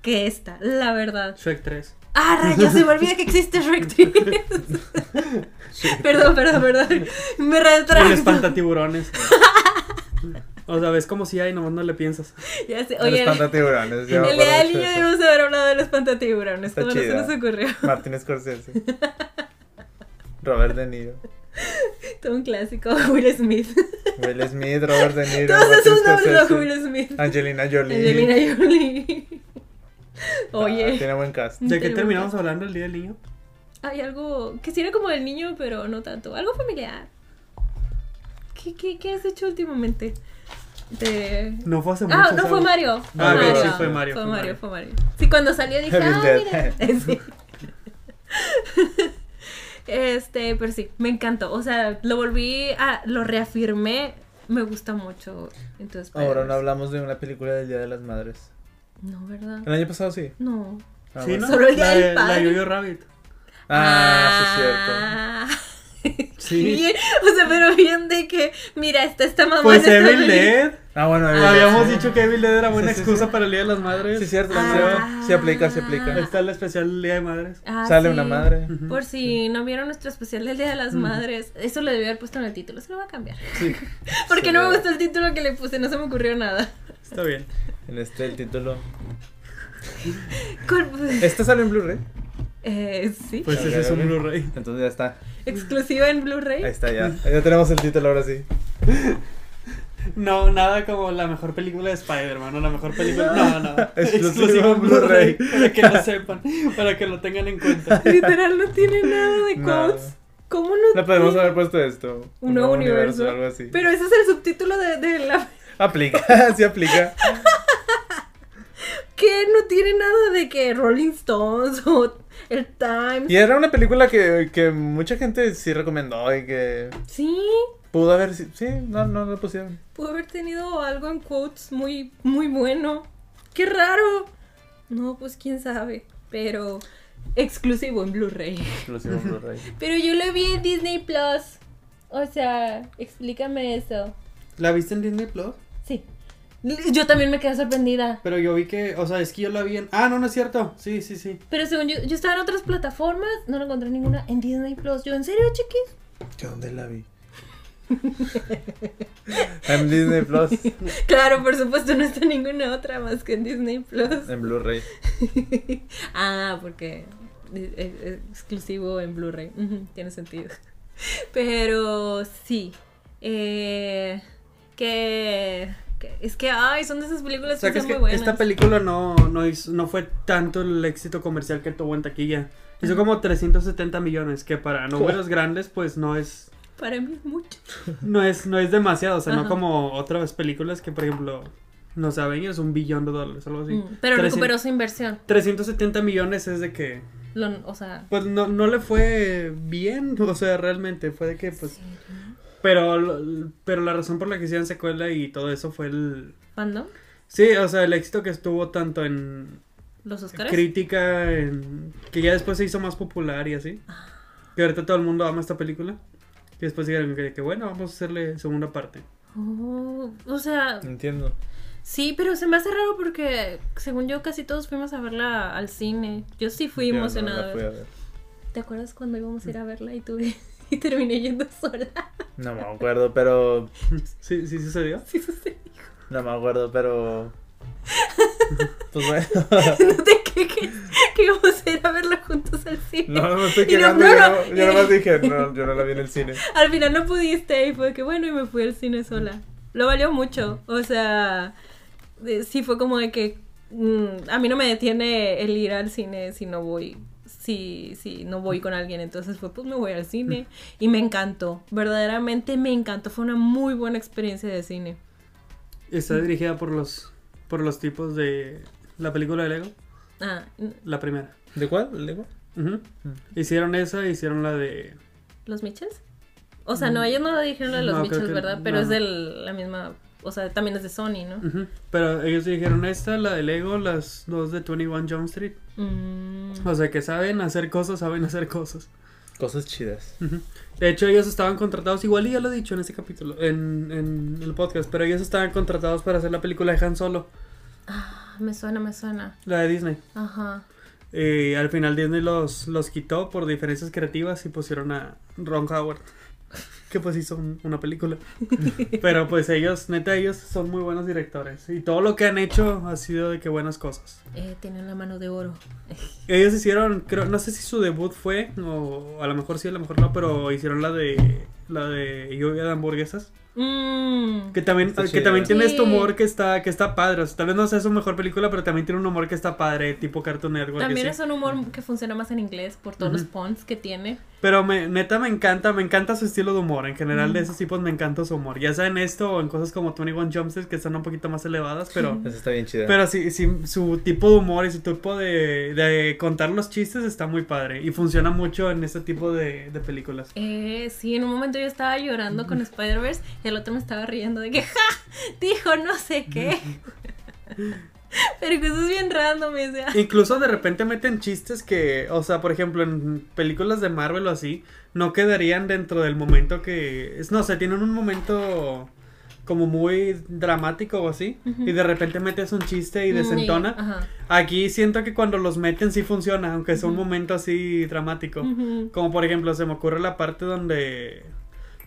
Speaker 2: que esta, la verdad.
Speaker 3: Shrek 3.
Speaker 2: ¡Ah, rayos! Se me olvida que existe Shrek 3. perdón, perdón, perdón. Me
Speaker 3: El
Speaker 2: retracto.
Speaker 3: espantatiburones. o sea, ves como si hay, nomás no le piensas.
Speaker 2: Ya sé.
Speaker 1: el
Speaker 2: Oye, el,
Speaker 1: espantatiburones. ya
Speaker 2: el
Speaker 1: me acuerdo
Speaker 2: día del
Speaker 1: mucho
Speaker 2: niño
Speaker 1: de eso.
Speaker 2: debemos haber hablado del espantatiburones.
Speaker 1: Está
Speaker 2: ¿Cómo no se
Speaker 1: chida.
Speaker 2: nos ocurrió?
Speaker 1: Martín Scorsese. Robert De Niro.
Speaker 2: Todo un clásico. Will Smith.
Speaker 1: Will Smith, Robert De Niro.
Speaker 2: Todos
Speaker 1: Martin
Speaker 2: esos nombres
Speaker 1: Scorsese,
Speaker 2: de Will Smith.
Speaker 1: Angelina Jolie.
Speaker 2: Angelina Jolie.
Speaker 1: Ah,
Speaker 2: Oye,
Speaker 1: tiene buen cast.
Speaker 3: ¿De qué
Speaker 2: Tenemos-
Speaker 3: terminamos hablando el día del niño?
Speaker 2: hay algo que sí era como del niño, pero no tanto. Algo familiar. ¿Qué, qué, qué has hecho últimamente? De...
Speaker 3: No fue hace mucho.
Speaker 2: Ah, no fue
Speaker 3: ¿sabes?
Speaker 2: Mario.
Speaker 3: Ah,
Speaker 1: ok, sí,
Speaker 3: fue Mario,
Speaker 2: Fue Mario,
Speaker 3: fue Mario.
Speaker 2: fue Mario. Sí, cuando salió dije,
Speaker 1: Evil
Speaker 2: ah,
Speaker 1: Dead".
Speaker 2: mira. Sí. Este, pero sí, me encantó. O sea, lo volví a. Lo reafirmé. Me gusta mucho. Entonces,
Speaker 1: Ahora no
Speaker 2: Spider-Verse.
Speaker 1: hablamos de una película del Día de las Madres.
Speaker 2: No, ¿verdad?
Speaker 1: El año pasado sí.
Speaker 2: No.
Speaker 1: Ah,
Speaker 3: Sí,
Speaker 1: bueno.
Speaker 3: ¿no?
Speaker 2: Solo el día
Speaker 3: la
Speaker 2: del
Speaker 3: de- la
Speaker 2: padre.
Speaker 3: de Yo-Yo Rabbit.
Speaker 1: Ah,
Speaker 2: sí, es cierto.
Speaker 3: Sí.
Speaker 2: Bien, Ah. o sea, pero bien de que, mira, está esta mamá.
Speaker 3: Pues
Speaker 2: en esta
Speaker 3: Evil
Speaker 2: película.
Speaker 3: Dead.
Speaker 1: sí, cierto. Ah, bueno, Evil Dead,
Speaker 3: Habíamos
Speaker 1: sí.
Speaker 3: dicho que Evil Dead era buena
Speaker 1: Sí, sí,
Speaker 3: excusa
Speaker 1: sí.
Speaker 3: para el Día de las Madres.
Speaker 1: Sí, es cierto,
Speaker 2: Ah.
Speaker 1: sí, sí aplica, sí aplica.
Speaker 3: Ahí Está el especial del Día de Madres.
Speaker 2: Ah,
Speaker 1: Sale
Speaker 2: sí.
Speaker 1: una madre.
Speaker 3: Ujú.
Speaker 2: Por si no vieron nuestro especial del Día de las Madres, eso lo debí haber puesto en el título, se lo voy a cambiar.
Speaker 3: Sí,
Speaker 2: Porque
Speaker 1: Sí,
Speaker 2: no me
Speaker 1: ¿verdad?
Speaker 2: gustó el título que le puse, no se me ocurrió nada.
Speaker 3: está bien.
Speaker 1: En este, el título.
Speaker 2: Con-
Speaker 1: Esta sale en Blu-ray.
Speaker 2: Eh, sí,
Speaker 3: Pues ese es un Blu-ray.
Speaker 1: Entonces ya está.
Speaker 2: exclusiva en
Speaker 1: Ahí
Speaker 2: Blu-ray.
Speaker 1: está, ya. Ya tenemos el título ahora sí.
Speaker 3: No, nada como la mejor película de Spider-Man o la mejor película. No, no.
Speaker 1: Exclusivo
Speaker 3: Exclusivo
Speaker 1: en
Speaker 3: en Blu-ray.
Speaker 1: Blu-ray.
Speaker 3: Para que lo sepan, para que lo tengan en cuenta.
Speaker 2: Literal no tiene nada de
Speaker 1: Nada.
Speaker 2: quotes. ¿Cómo no?
Speaker 1: No podemos
Speaker 2: tiene?
Speaker 1: haber puesto esto.
Speaker 2: Un nuevo universo.
Speaker 1: algo así.
Speaker 2: Pero ese es el subtítulo de, de la...
Speaker 1: Aplica, sí aplica.
Speaker 2: Que no tiene nada de que Rolling Stones o el Times.
Speaker 1: Y era una película que, que mucha gente sí recomendó y que
Speaker 2: Sí,
Speaker 1: pudo haber. Sí, sí, no, no lo pusieron.
Speaker 2: pudo haber tenido algo en quotes muy, muy bueno. ¡Qué raro! No, pues quién sabe. Pero exclusivo en Blu-ray.
Speaker 1: Exclusivo en Blu-ray.
Speaker 2: Pero yo lo vi en Disney Plus. O sea, explícame eso.
Speaker 3: ¿La viste en Disney Plus?
Speaker 2: Sí. Yo también me quedé sorprendida.
Speaker 3: Pero yo vi que, o sea, es que yo la vi en. Ah, no, no es cierto. Sí, sí, sí.
Speaker 2: Pero según yo, yo estaba en otras plataformas, no la encontré ninguna en Disney Plus. Yo, ¿en serio, chiquis?
Speaker 1: ¿Yo dónde la vi? en Disney Plus.
Speaker 2: Claro, por supuesto, no está en ninguna otra más que en Disney Plus.
Speaker 1: En Blu-ray.
Speaker 2: ah, porque es, es- es exclusivo en Blu-ray. Ujú, Tiene sentido. Pero sí. Eh, que, que- Es que, ay, son de esas películas
Speaker 3: O sea,
Speaker 2: que
Speaker 3: que es
Speaker 2: son muy
Speaker 3: que
Speaker 2: buenas.
Speaker 3: esta película no, no, hizo- no fue tanto el éxito comercial que tuvo en taquilla. Hizo como 370 millones, que para números grandes, pues no es,
Speaker 2: Para mí es mucho.
Speaker 3: no es, no es demasiado. O sea,
Speaker 2: Ajá.
Speaker 3: no como otras películas que, por ejemplo, no sé, Avengers, un billón de dólares, algo así.
Speaker 2: Mm, Pero
Speaker 3: 300
Speaker 2: recuperó su inversión.
Speaker 3: 370 millones es de que,
Speaker 2: Lo- o sea.
Speaker 3: pues no, no le fue bien, o sea, realmente fue de que, pues,
Speaker 2: sí.
Speaker 3: pero, lo- pero la razón por la que hicieron secuela y todo eso fue el,
Speaker 2: ¿Fandom?
Speaker 3: sí, o sea, el éxito que estuvo tanto en,
Speaker 2: ¿Los Oscars?
Speaker 3: crítica en- que ya después se hizo más popular y así.
Speaker 2: Ah.
Speaker 3: Que ahorita todo el mundo ama esta película. Y después dijeron que, que bueno, vamos a hacerle segunda parte.
Speaker 2: Oh, o sea,
Speaker 1: Entiendo.
Speaker 2: sí, pero se me hace raro porque según yo casi todos fuimos a verla al cine. Yo sí fui
Speaker 1: Yo no la
Speaker 2: emocionada.
Speaker 1: fui a ver.
Speaker 2: ¿Te acuerdas cuando íbamos a ir a verla y tuve y terminé yendo sola?
Speaker 1: No me acuerdo, pero.
Speaker 3: ¿Sí, sí sucedió?
Speaker 2: Sí, sucedió.
Speaker 1: No me acuerdo, pero. Pues bueno.
Speaker 2: No te quejes que íbamos a ir a verla juntos al cine.
Speaker 1: No, no me estoy
Speaker 2: Y no,
Speaker 1: quejando.
Speaker 2: no,
Speaker 1: yo
Speaker 2: no.
Speaker 1: no- Yo nada más dije, no, yo no la vi en el cine.
Speaker 2: Al final no pudiste y fue que bueno y me fui al cine sola. Lo valió mucho, o sea, de- sí fue como de que mm, a mí no me detiene el ir al cine si no voy, si, si no voy con alguien, entonces fue pues me voy al cine y me encantó, verdaderamente me encantó, fue una muy buena experiencia de cine.
Speaker 3: Está dirigida por los, por los tipos de la película de Lego,
Speaker 2: Ah, n-
Speaker 3: la primera.
Speaker 1: ¿De cuál? ¿Lego?
Speaker 3: Ujú.
Speaker 1: Mm.
Speaker 3: Hicieron esa, hicieron la de...
Speaker 2: ¿los Mitchells? O sea, no, ellos no lo dijeron lo de los
Speaker 3: Mm. No, creo
Speaker 2: Mitchells,
Speaker 3: que
Speaker 2: ¿verdad? Pero
Speaker 3: no.
Speaker 2: es de la misma, o sea, también es de Sony, ¿no?
Speaker 3: Ujú. Pero ellos dirigieron esta, la de Lego, las dos de 21 Jump Street.
Speaker 2: Mm.
Speaker 3: O sea que saben hacer cosas, saben hacer cosas.
Speaker 1: Cosas chidas.
Speaker 3: Ujú. De hecho, ellos estaban contratados, igual y ya lo he dicho en este capítulo, en, en el podcast, pero ellos estaban contratados para hacer la película de Han Solo,
Speaker 2: Ah, me suena, me suena.
Speaker 3: la de Disney.
Speaker 2: Ajá.
Speaker 3: Y Eh, al final Disney los, los quitó por diferencias creativas y pusieron a Ron Howard, que pues hizo un- una película. Pero pues ellos, neta, ellos son muy buenos directores y todo lo que han hecho ha sido de que buenas cosas.
Speaker 2: Eh, tiene una mano de oro.
Speaker 3: Ellos hicieron, creo, no sé si su debut fue, o a lo mejor sí, a lo mejor no, pero hicieron la de la de lluvia de hamburguesas.
Speaker 2: Mm.
Speaker 3: Que también,
Speaker 1: Está
Speaker 3: que
Speaker 1: chida.
Speaker 3: también tiene
Speaker 2: Sí.
Speaker 3: este humor que está, que está padre. O sea, tal vez no sea su mejor película, pero también tiene un humor que está padre, tipo Cartoon Network. y
Speaker 2: También
Speaker 3: así.
Speaker 2: es un humor que funciona más en inglés por todos los
Speaker 3: Ujú.
Speaker 2: puns que tiene.
Speaker 3: Pero me, neta me encanta, me encanta su estilo de humor. En general de esos tipos me encanta su humor. Ya sea en esto o en cosas como 21 Jumpsets que están un poquito más elevadas, pero...
Speaker 1: Eso está bien chida.
Speaker 3: Pero sí, sí, su tipo de humor y su tipo de, de contar los chistes está muy padre y funciona mucho en este tipo de, de películas.
Speaker 2: Eh, sí, en un momento yo estaba llorando con Spider-Verse y el otro me estaba riendo de que ¡Ja! Dijo no sé qué. Pero cosas bien random, o sea.
Speaker 3: Incluso de repente meten chistes que, o sea, por ejemplo, en películas de Marvel o así, no quedarían dentro del momento que... es- No sé, tienen un momento como muy dramático o así, y de repente metes un chiste y desentona.
Speaker 2: Mm, Ajá.
Speaker 3: Aquí siento que cuando los meten sí funciona, aunque sea un
Speaker 2: Ujú.
Speaker 3: momento así dramático.
Speaker 2: Ujú.
Speaker 3: Como por ejemplo, se me ocurre la parte donde...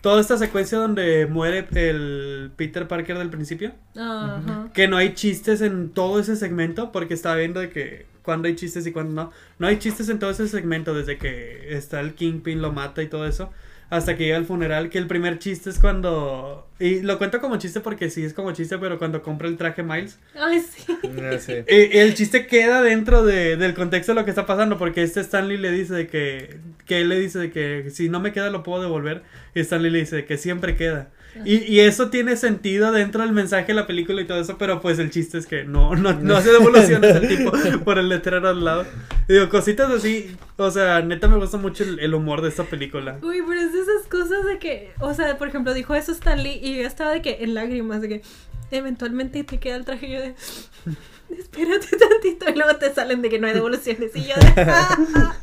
Speaker 3: Toda esta secuencia donde muere el Peter Parker del principio.
Speaker 2: Ajá.
Speaker 3: Que no hay chistes en todo ese segmento, porque estaba viendo de que cuando hay chistes y cuando no. No hay chistes en todo ese segmento, desde que está el Kingpin, lo mata y todo eso, hasta que llega el funeral, que el primer chiste es cuando... Y lo cuento como chiste porque sí es como chiste, pero cuando compra el traje Miles,
Speaker 2: Ay, sí.
Speaker 1: Ah, sí.
Speaker 3: eh, el chiste queda dentro de- del contexto de lo que está pasando, porque este Stanley le dice de que, que él le dice de que si no me queda lo puedo devolver, y Stanley le dice de que siempre queda. Y, y eso tiene sentido dentro del mensaje de la película y todo eso, pero pues el chiste es que no, no, no hace devoluciones el tipo por el letrero al lado. Y digo, cositas así, o sea, neta me gusta mucho el, el humor de esta película.
Speaker 2: Uy, pero es de esas cosas de que, o sea, por ejemplo, dijo eso Stanley y yo estaba de que en lágrimas, de que eventualmente te queda el traje y yo de, espérate tantito y luego te salen de que no hay devoluciones y yo de, "Ah, ah".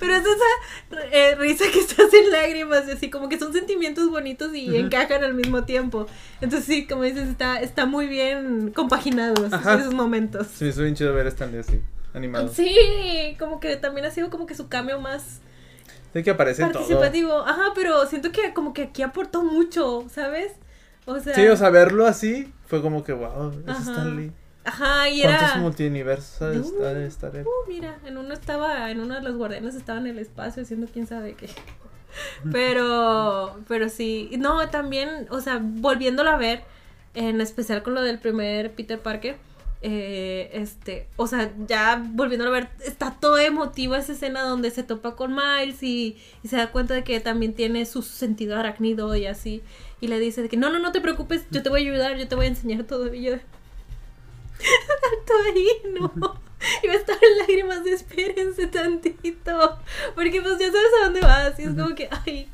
Speaker 2: pero es esa eh, risa que estás en lágrimas, y así como que son sentimientos bonitos y
Speaker 3: Ujú.
Speaker 2: encajan al mismo tiempo. Entonces sí, como dices, está, está muy bien compaginados
Speaker 3: Ajá.
Speaker 2: esos momentos.
Speaker 1: Se me hizo bien chido ver a Stanley así, animado.
Speaker 2: Sí, como que también ha sido como que su cambio más
Speaker 1: Sé que aparece en todo.
Speaker 2: participativo. Ajá, pero siento que como que aquí aportó mucho, ¿sabes? O sea,
Speaker 1: Sí, o sea, verlo así fue como que, wow, es
Speaker 2: Ajá.
Speaker 1: Stanley.
Speaker 2: ajá, y
Speaker 1: ¿Cuántos
Speaker 2: era
Speaker 1: multiversos está de estar él?
Speaker 2: Uh, mira, en uno estaba, en uno de los guardianes estaba en el espacio haciendo quién sabe qué. Pero, pero sí, no, también, o sea, volviéndola a ver, en especial con lo del primer Peter Parker, eh, este, o sea, ya volviéndolo a ver, está todo emotiva esa escena donde se topa con Miles y, y se da cuenta de que también tiene su sentido arácnido y así, y le dice de que no, no, no te preocupes, yo te voy a ayudar, yo te voy a enseñar todo, y yo, alto ahí, no. Y va a estar en lágrimas de espérense tantito. Porque pues ya sabes a dónde vas. Y es como que, ay.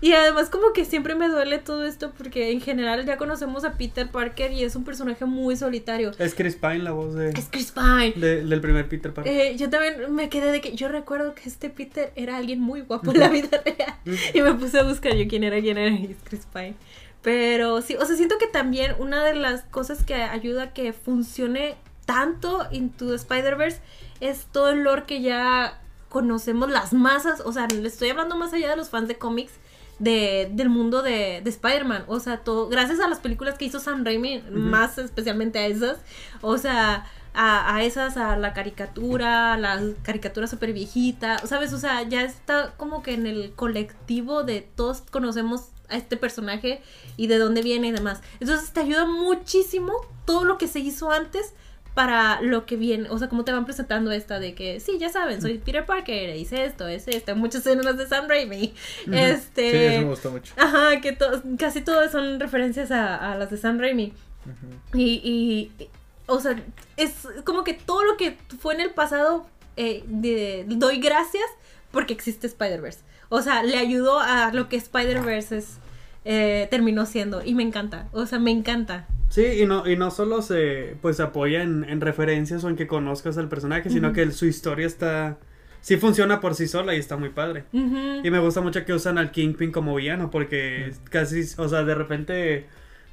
Speaker 2: Y además como que siempre me duele todo esto porque en general ya conocemos a Peter Parker y es un personaje muy solitario.
Speaker 3: Es Chris Pine la voz de,
Speaker 2: Es Chris Pine.
Speaker 3: de- del primer Peter Parker.
Speaker 2: Eh, yo también me quedé de que yo recuerdo que este Peter era alguien muy guapo en la vida real. Y me puse a buscar yo quién era, quién era y es Chris Pine. Pero sí, o sea, siento que también una de las cosas que ayuda a que funcione tanto Into the Spider-Verse es todo el lore que ya conocemos las masas. O sea, le estoy hablando más allá de los fans de cómics. De, del mundo de, de Spider-Man, o sea, todo, gracias a las películas que hizo Sam Raimi, más especialmente a esas, o sea, a, a esas, a la caricatura, a la caricatura súper viejita, ¿sabes? O sea, ya está como que en el colectivo de todos conocemos a este personaje y de dónde viene y demás. Entonces te ayuda muchísimo todo lo que se hizo antes para lo que viene, o sea, cómo te van presentando esta de que, sí, ya saben, soy Peter Parker, hice esto, es esto, muchas escenas de Sam Raimi,
Speaker 3: Ujú.
Speaker 1: Sí, eso me
Speaker 2: este...
Speaker 1: gustó mucho.
Speaker 2: Ajá, que to- casi todas son referencias a, a las de Sam Raimi.
Speaker 1: Ujú.
Speaker 2: Y, y- y- o sea, es como que todo lo que fue en el pasado, eh, de- doy gracias porque existe Spider-Verse. O sea, le ayudó a lo que Spider-Verse es, eh, terminó siendo. Y me encanta, o sea, me encanta.
Speaker 3: Sí, y no, y no solo se pues se apoya en, en referencias o en que conozcas al personaje, sino
Speaker 2: Ujú.
Speaker 3: que el- su historia está sí funciona por sí sola y está muy padre.
Speaker 2: Ujú.
Speaker 3: Y me gusta mucho que usan al Kingpin como villano, porque casi, o sea, de repente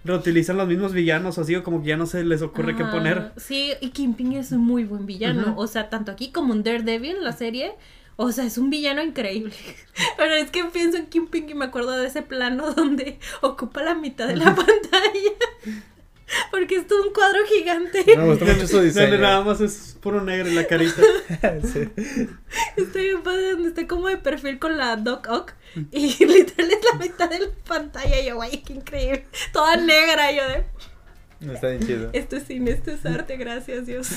Speaker 3: reutilizan los mismos villanos, o así, o como que ya no se les ocurre qué
Speaker 2: Ajá.
Speaker 3: poner.
Speaker 2: Ah, Sí, y Kingpin es un muy buen villano.
Speaker 3: Ujú.
Speaker 2: O sea, tanto aquí como en Daredevil, la serie. O sea, es un villano increíble. Pero es que pienso en Kingpin y me acuerdo de ese plano donde ocupa la mitad de la pantalla. Porque es todo un cuadro gigante.
Speaker 1: Me gustó mucho su
Speaker 3: Donde nada
Speaker 1: diseño.
Speaker 3: más es puro negro en la carita.
Speaker 1: Sí.
Speaker 2: Está bien padre, donde está como de perfil con la Doc Ock.
Speaker 3: Mm.
Speaker 2: Y literal es la mitad de la pantalla. Yo, guay, qué increíble. Toda negra. Yo de,
Speaker 1: Está bien chido.
Speaker 2: Esto es cine, esto es arte, gracias Dios.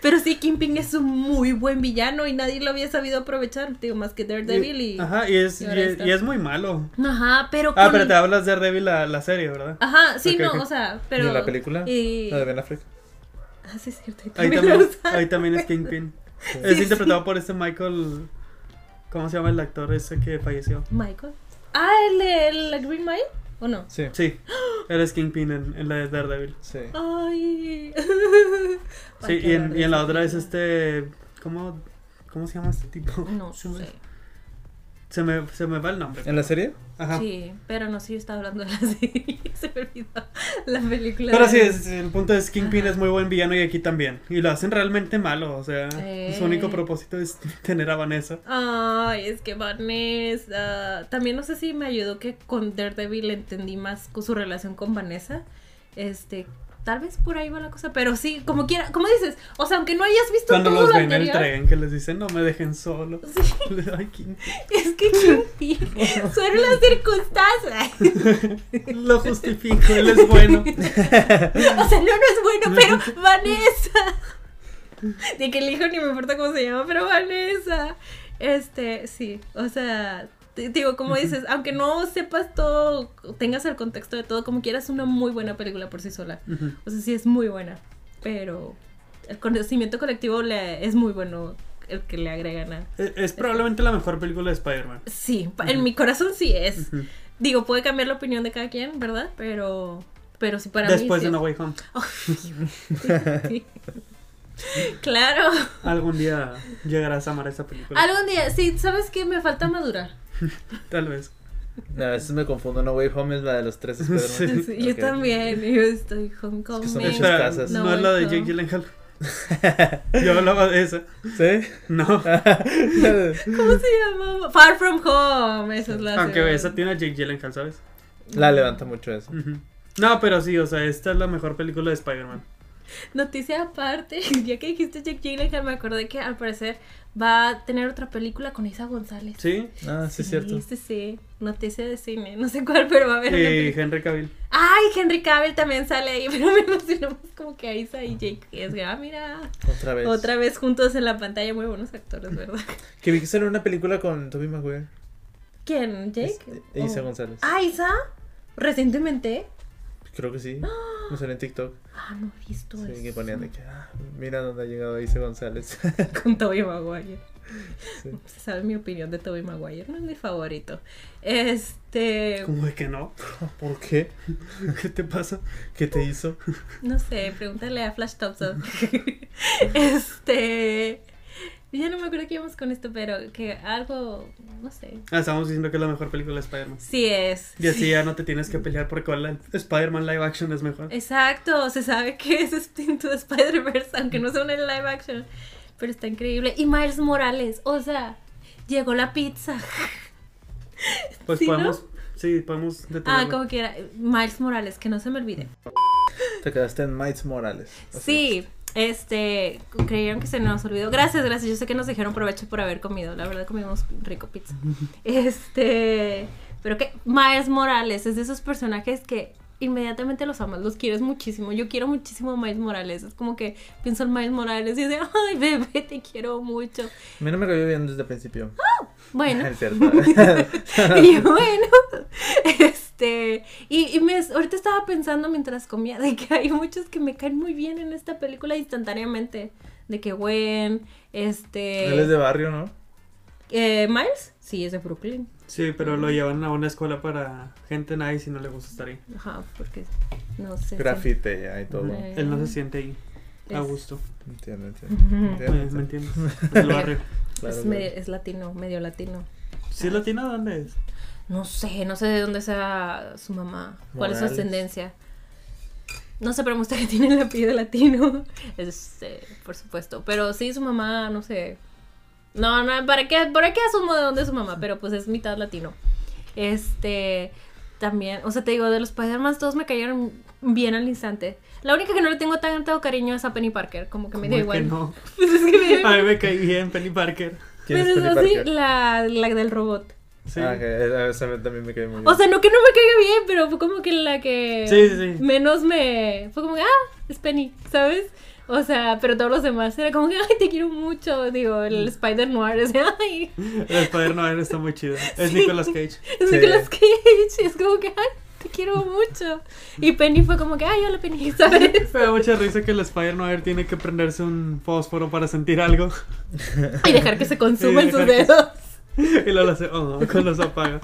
Speaker 2: Pero sí, Kingpin es un muy buen villano y nadie lo había sabido aprovechar, digo, más que Daredevil y... Ajá,
Speaker 3: Ajá, y es,
Speaker 2: y
Speaker 3: y,
Speaker 2: ahora
Speaker 3: es-
Speaker 2: está.
Speaker 3: y es muy malo.
Speaker 2: pero con...
Speaker 3: Ah, pero te hablas de Devil la, la serie, ¿verdad?
Speaker 2: Ajá, sí,
Speaker 3: Ok,
Speaker 2: no,
Speaker 3: ok.
Speaker 2: o sea,
Speaker 1: ¿Y
Speaker 2: pero...
Speaker 1: en la película?
Speaker 2: y-
Speaker 1: La de Ben Affleck.
Speaker 2: Ah, sí, es cierto. ahí
Speaker 3: Ahí
Speaker 2: también
Speaker 3: también,
Speaker 2: lo usaron.
Speaker 3: ahí también es Kingpin. Es interpretado por este Michael. ¿Cómo se llama el actor ese que falleció?
Speaker 2: Michael. Ah, ¿el de la Green Mile? ¿O no?
Speaker 1: Sí.
Speaker 3: Sí, eres Kingpin en, en la de Daredevil.
Speaker 1: Sí.
Speaker 2: Ay.
Speaker 3: Sí,
Speaker 2: Ay, qué
Speaker 3: y en,
Speaker 2: horror
Speaker 3: y en la
Speaker 2: esa
Speaker 3: otra es
Speaker 2: película.
Speaker 3: este. ¿Cómo, cómo se llama este tipo?
Speaker 2: No
Speaker 3: se me,
Speaker 2: sé.
Speaker 3: se, me, se me va el nombre.
Speaker 1: ¿En la serie?
Speaker 3: Ajá.
Speaker 2: Sí, pero no sé, yo estaba hablando de la serie. Se me olvidó la película.
Speaker 3: Pero
Speaker 2: de-
Speaker 3: sí, es- el punto es Kingpin es muy buen villano y aquí también. Y lo hacen realmente malo, o sea,
Speaker 2: Eh.
Speaker 3: su único propósito es tener a Vanessa.
Speaker 2: Ay, es que Vanessa. También no sé si me ayudó que con Daredevil entendí más con su relación con Vanessa. Este, tal vez por ahí va la cosa, pero sí, como quiera, como dices, o sea, aunque no hayas visto
Speaker 3: Cuando
Speaker 2: todo
Speaker 3: los
Speaker 2: lo
Speaker 3: ven en el
Speaker 2: anterior,
Speaker 3: tren, que les dicen, no me dejen solo.
Speaker 2: Sí.
Speaker 3: Ay, Kingpin.
Speaker 2: es que Kingpin, son las circunstancias.
Speaker 3: Lo justifico, él es bueno.
Speaker 2: O sea, no, no es bueno, pero Vanessa. De que el hijo ni me importa cómo se llama, pero Vanessa. Este, sí, o sea, te- digo, como dices, aunque no sepas todo, tengas el contexto de todo, como quieras, es una muy buena película por sí sola.
Speaker 3: Ujú.
Speaker 2: O sea, sí es muy buena, pero el conocimiento colectivo le, es muy bueno el que le agregan a...
Speaker 3: Es, es probablemente la mejor película de Spider-Man.
Speaker 2: Sí, pa- en mi corazón sí es.
Speaker 3: Ujú.
Speaker 2: Digo, puede cambiar la opinión de cada quien, ¿verdad? Pero, pero sí para
Speaker 3: Después de
Speaker 2: mí... sí
Speaker 3: No
Speaker 2: es-
Speaker 3: Way Home.
Speaker 2: Claro.
Speaker 3: Algún día llegarás a amar esa película.
Speaker 2: Algún día, sí, ¿sabes qué? Me falta madurar.
Speaker 3: Tal vez.
Speaker 1: No, a veces me confundo. No Way Home es la de los tres
Speaker 3: Sí.
Speaker 1: Spider-Man.
Speaker 2: Sí, Yo
Speaker 1: Ok.
Speaker 2: también, yo estoy homecoming.
Speaker 1: Es que son muchas
Speaker 3: Espera,
Speaker 1: casas.
Speaker 3: no,
Speaker 2: No
Speaker 3: es la
Speaker 2: Way
Speaker 3: de
Speaker 2: Home.
Speaker 3: Jake Gyllenhaal. Yo hablaba de esa.
Speaker 1: ¿Sí?
Speaker 3: No.
Speaker 2: ¿Cómo se llama? Far From Home, esa es la
Speaker 3: Aunque
Speaker 2: segunda.
Speaker 3: esa tiene a Jake Gyllenhaal, ¿sabes?
Speaker 1: la levanta mucho eso.
Speaker 2: Mm.
Speaker 3: Ujú. No, pero sí, o sea, esta es la mejor película de Spider-Man.
Speaker 2: Noticia aparte, ya que dijiste Jack Gyllenhaal, me acordé que al parecer va a tener otra película con Isa González.
Speaker 3: ¿Sí?
Speaker 1: Ah, sí, es cierto.
Speaker 2: Sí, sí, noticia de cine, no sé cuál, pero va a haber una
Speaker 3: Y
Speaker 2: película.
Speaker 3: Eh, Henry Cavill.
Speaker 2: Ay, Henry Cavill también sale ahí, pero me emocionó más como que a Isa y Jake. Es que, ah, mira,
Speaker 1: Otra vez.
Speaker 2: otra vez juntos en la pantalla, muy buenos actores, ¿verdad?
Speaker 1: Que vi que salió una película con Tobey Maguire.
Speaker 2: ¿Quién? ¿Jake?
Speaker 1: Es- Isa
Speaker 2: Oh.
Speaker 1: González.
Speaker 2: Ah, Isa. Recientemente.
Speaker 1: Creo que sí. Me salió en TikTok.
Speaker 2: Ah, no he visto
Speaker 1: Sí,
Speaker 2: eso.
Speaker 1: que ponían de que, ah, mira dónde ha llegado Isa González.
Speaker 2: Con Tobey Maguire.
Speaker 1: Sí.
Speaker 2: Se sabe mi opinión de Tobey Maguire. No es mi favorito. Este.
Speaker 3: ¿Cómo de que no?
Speaker 1: ¿Por qué?
Speaker 3: ¿Qué te pasa?
Speaker 1: ¿Qué te hizo?
Speaker 2: No sé, pregúntale a Flash Thompson. este. Ya no me acuerdo qué íbamos con esto, pero que algo. No sé.
Speaker 3: Ah, estábamos diciendo que es la mejor película de Spider-Man.
Speaker 2: Sí es.
Speaker 3: Y así ya no te tienes que pelear por cuál la- Spider-Man live action es mejor.
Speaker 2: Eh, Exacto, se sabe que es Splinter Spider-Verse, aunque no sea una live action. Pero está increíble. Y Miles Morales, o sea, llegó la pizza.
Speaker 3: Pues
Speaker 2: ¿sí, no?
Speaker 3: podemos. Sí, podemos detenerlo.
Speaker 2: Ah, como quiera. Miles Morales, que no se me olvide.
Speaker 1: Te quedaste en Miles Morales. Así
Speaker 2: Sí, este, creyeron que se nos olvidó. Gracias, gracias. Yo sé que nos dijeron provecho por haber comido. La verdad comimos rico pizza. Este, pero que Miles Morales es de esos personajes que inmediatamente los amas, los quieres muchísimo. Yo quiero muchísimo a Miles Morales. Es como que pienso en Miles Morales y dice, ay bebé, te quiero mucho.
Speaker 1: es. A mí no me cayó bien desde el principio.
Speaker 2: Bueno.
Speaker 1: Es cierto. Ujú.
Speaker 2: y yo, bueno, este, y, y me, ahorita estaba pensando mientras comía de que hay muchos que me caen muy bien en esta película instantáneamente, de que Gwen,
Speaker 1: Él es
Speaker 2: este,
Speaker 1: de barrio, ¿no?
Speaker 2: eh, Miles, sí, es de Brooklyn,
Speaker 3: Sí, pero lo llevan a una escuela para gente nice y no le gusta estar ahí.
Speaker 2: ajá, porque no sé.
Speaker 1: Grafite y todo.
Speaker 2: Eh.
Speaker 3: Él no se siente ahí. a Ah, gusto.
Speaker 1: Entiendo, entiendo.
Speaker 2: Ujú. Pues,
Speaker 3: Eh,
Speaker 1: entiendo,
Speaker 3: ¿Me
Speaker 1: entiendo.
Speaker 3: entiendes? El barrio.
Speaker 1: Claro,
Speaker 2: es,
Speaker 1: claro.
Speaker 2: medio- es latino, medio latino.
Speaker 3: ¿Sí es latina? ¿Dónde es?
Speaker 2: No sé, no sé de dónde sea su mamá, cuál es su
Speaker 1: Morales.
Speaker 2: ascendencia. No sé, pero me gusta que tiene el apellido latino. Este, por supuesto. Pero sí, su mamá, no sé. No, no, ¿para qué, ¿para qué asumo de dónde es su mamá? Pero pues es mitad latino. Este, también, o sea, te digo, de los Spider-Man todos me cayeron bien al instante. La única que no le tengo tanto cariño es a Penny Parker, como que me
Speaker 3: ¿Cómo
Speaker 2: da
Speaker 3: que
Speaker 2: igual.
Speaker 3: no?
Speaker 2: Pues es que me da
Speaker 3: A mí
Speaker 2: igual.
Speaker 3: me caí bien Penny Parker.
Speaker 1: ¿Quién es
Speaker 2: Pero
Speaker 1: Penny
Speaker 2: es así,
Speaker 1: Parker?
Speaker 2: la, la del robot.
Speaker 3: Sí.
Speaker 1: Ah, que eh, esa me- también me cae muy bien.
Speaker 2: O sea, no que no me caiga bien, pero fue como que la que
Speaker 3: Sí, sí, sí.
Speaker 2: menos me. Fue como que, ah, es Penny, ¿sabes? O sea, pero todos los demás era como que, ay, te quiero mucho. Digo,
Speaker 3: Mm.
Speaker 2: el Spider Noir, es de, ay,
Speaker 3: El Spider-Man está muy chido. Es
Speaker 2: Sí.
Speaker 3: Nicolas Cage.
Speaker 2: es
Speaker 1: Sí.
Speaker 2: Nicolas Cage. Es como que, ay, te quiero mucho. Y Penny fue como que, ay, hola Penny, ¿sabes?
Speaker 3: Me da mucha risa que el Spider-Man tiene que prenderse un fósforo para sentir algo.
Speaker 2: Y dejar que se
Speaker 3: Y
Speaker 2: consuman sus
Speaker 3: dejar que-
Speaker 2: dedos.
Speaker 3: Y luego lo hace, oh, cuando se apaga.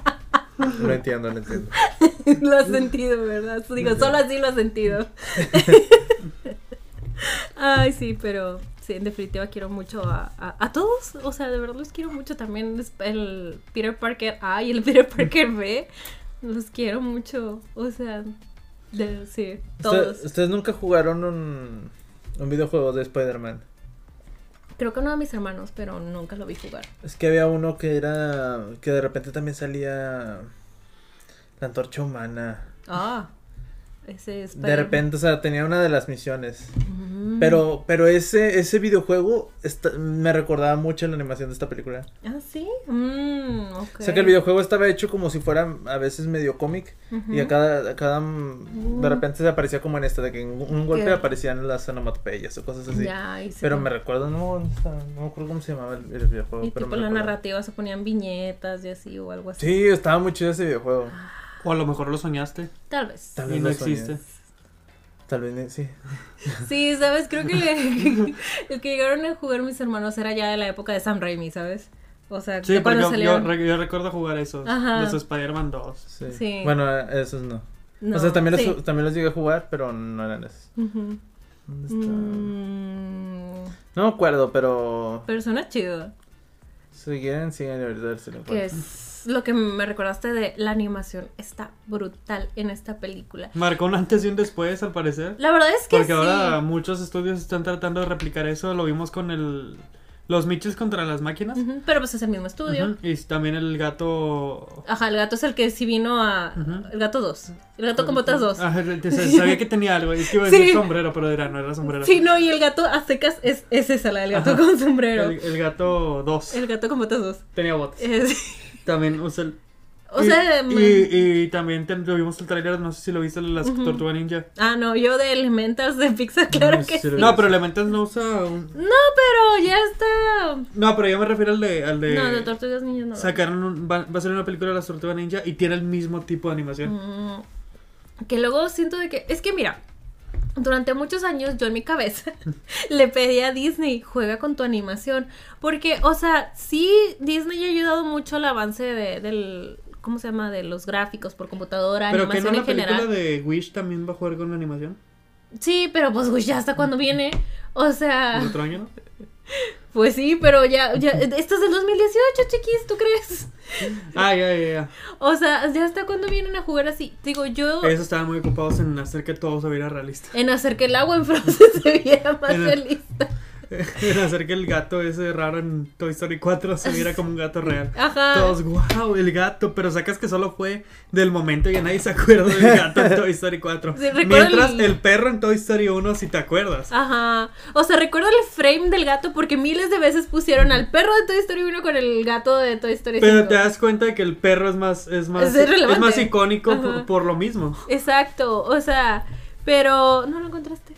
Speaker 1: No entiendo, no entiendo.
Speaker 2: lo has sentido, ¿verdad? Digo, solo así lo has sentido. Ay, sí, pero sí, en definitiva quiero mucho a, a, a todos. O sea, de verdad los quiero mucho también. es- El Peter Parker A y el Peter Parker B. Los quiero mucho. O sea, de- sí, todos.
Speaker 1: ¿Ustedes, ustedes nunca jugaron un, un videojuego de Spider-Man?
Speaker 2: Creo que uno de mis hermanos, pero nunca lo vi jugar.
Speaker 1: Es que había uno que era. que de repente también salía. La antorcha humana.
Speaker 2: Ah, ese es. Mm.
Speaker 1: De repente, o sea, tenía una de las misiones. Pero, pero ese, ese videojuego está- me recordaba mucho la animación de esta película.
Speaker 2: Ah, sí. Mm, ok.
Speaker 1: O sea que el videojuego estaba hecho como si fuera a veces medio cómic. Y a
Speaker 2: Ujú.
Speaker 1: cada, a cada mm, de
Speaker 2: Mm.
Speaker 1: repente se aparecía como en esta, de que en un un golpe
Speaker 2: Ok.
Speaker 1: aparecían las onomatopeyas o cosas así.
Speaker 2: Ya, ahí se
Speaker 1: Pero
Speaker 2: va.
Speaker 1: me recuerdo, no, no está- no me acuerdo cómo se llamaba el, el videojuego.
Speaker 2: Y
Speaker 1: pero
Speaker 2: tipo
Speaker 1: me
Speaker 2: la
Speaker 1: recuerdo.
Speaker 2: narrativa se ponían viñetas y así o algo así.
Speaker 1: Sí, estaba muy chido ese videojuego.
Speaker 2: Ah.
Speaker 3: O a lo mejor lo soñaste
Speaker 2: Tal vez.
Speaker 1: Tal
Speaker 3: y
Speaker 1: vez
Speaker 3: no
Speaker 1: lo soñé.
Speaker 3: existe.
Speaker 1: Tal vez ni- sí.
Speaker 2: Sí, sabes, creo que le- los que llegaron a jugar mis hermanos era ya de la época de Sam Raimi, ¿sabes? O sea,
Speaker 3: Sí,
Speaker 2: de
Speaker 3: porque
Speaker 2: cuando
Speaker 3: yo, yo,
Speaker 2: salieron.
Speaker 3: re- yo recuerdo jugar esos.
Speaker 2: Ajá.
Speaker 3: Los Spider-Man 2.
Speaker 1: sí.
Speaker 2: Sí.
Speaker 1: Bueno, eh, esos no.
Speaker 2: No,
Speaker 1: o sea, también,
Speaker 2: sí.
Speaker 1: los, también los llegué a jugar, pero no eran esos.
Speaker 2: Ujú.
Speaker 1: ¿Dónde está?
Speaker 2: Mm,
Speaker 1: No me acuerdo, pero.
Speaker 2: pero suena chido.
Speaker 1: Si quieren, sigan y ahorita se lo
Speaker 2: Que
Speaker 1: encuentro.
Speaker 2: es lo que me recordaste de la animación. Está brutal en esta película.
Speaker 3: Marcó un antes y un después, al parecer.
Speaker 2: La verdad es que
Speaker 3: Porque
Speaker 2: sí.
Speaker 3: ahora muchos estudios están tratando de replicar eso. Lo vimos con el. Los Michis contra las máquinas.
Speaker 2: Ujú, Pero pues es el mismo estudio.
Speaker 3: Ujú, Y también el gato.
Speaker 2: Ajá, el gato es el que sí vino a.
Speaker 3: Ujú.
Speaker 2: El gato 2. El gato con botas 2.
Speaker 3: Ajá, te- te- sabía que tenía algo. Es que iba a
Speaker 2: Sí.
Speaker 3: decir sombrero, pero era, no era sombrero.
Speaker 2: Sí, no, y el gato a secas es, es esa, la del gato
Speaker 3: Ajá.
Speaker 2: con sombrero.
Speaker 3: El,
Speaker 2: El,
Speaker 3: el gato 2.
Speaker 2: gato con botas dos.
Speaker 3: Tenía botas.
Speaker 2: Es-
Speaker 3: También usa el.
Speaker 2: o
Speaker 3: y-
Speaker 2: sea, mm,
Speaker 3: Y,
Speaker 2: me-
Speaker 3: y también te- tuvimos el trailer, no sé si lo viste, de las
Speaker 2: Ujú.
Speaker 3: Tortuga Ninja.
Speaker 2: ah, no, yo de Elementals de Pixar, claro
Speaker 1: No,
Speaker 2: que
Speaker 1: sí
Speaker 2: sí.
Speaker 1: lo vi.
Speaker 2: No,
Speaker 3: No, pero Elementas no usa. un-
Speaker 2: pero ya está.
Speaker 3: No, pero yo me refiero al de. Al de...
Speaker 2: No, de Tortugas Niñas no.
Speaker 3: Sacaron un, va, va a salir una película de las Tortugas Ninja y tiene el mismo tipo de animación.
Speaker 2: Mm, que luego siento de que. Es que mira, durante muchos años yo en mi cabeza le pedí a Disney, juega con tu animación. Porque, o sea, sí, Disney ha ayudado mucho al avance de- del. ¿Cómo se llama? De los gráficos por computadora,
Speaker 3: Pero que no
Speaker 2: animación
Speaker 3: la
Speaker 2: en general.
Speaker 3: película de Wish también va a jugar con la animación.
Speaker 2: Sí, pero pues güey, ya hasta cuando viene. O sea,
Speaker 3: El otro año, ¿no?
Speaker 2: pues sí, pero ya, ya, esto es del 2018, chiquis, ¿tú crees?
Speaker 3: Ah, ya, ya,
Speaker 2: O sea, ya hasta cuando vienen a jugar así. Digo, yo
Speaker 3: ya. Ellos estaban muy ocupados en hacer que todo se viera realista.
Speaker 2: en hacer que el agua en Francia se viera más
Speaker 3: En-
Speaker 2: realista.
Speaker 3: en hacer que el gato ese raro en Toy Story 4 se viera como un gato real.
Speaker 2: Ajá.
Speaker 3: Todos, wow, el gato, pero sacas que solo fue del momento y ya nadie se acuerda del gato en Toy Story 4.
Speaker 2: Sí, recuerdo
Speaker 3: Mientras
Speaker 2: el- Ah,
Speaker 3: el perro en Toy Story 1, si te acuerdas.
Speaker 2: Ajá. O sea, recuerdo el frame del gato porque miles de veces pusieron al perro de Toy Story 1 con el gato de Toy Story 5.
Speaker 3: Pero te das cuenta de que el perro es más es más
Speaker 2: Es irrelevante.
Speaker 3: más icónico por,
Speaker 2: Ajá.
Speaker 3: por lo mismo.
Speaker 2: Exacto, o sea, pero no lo encontraste.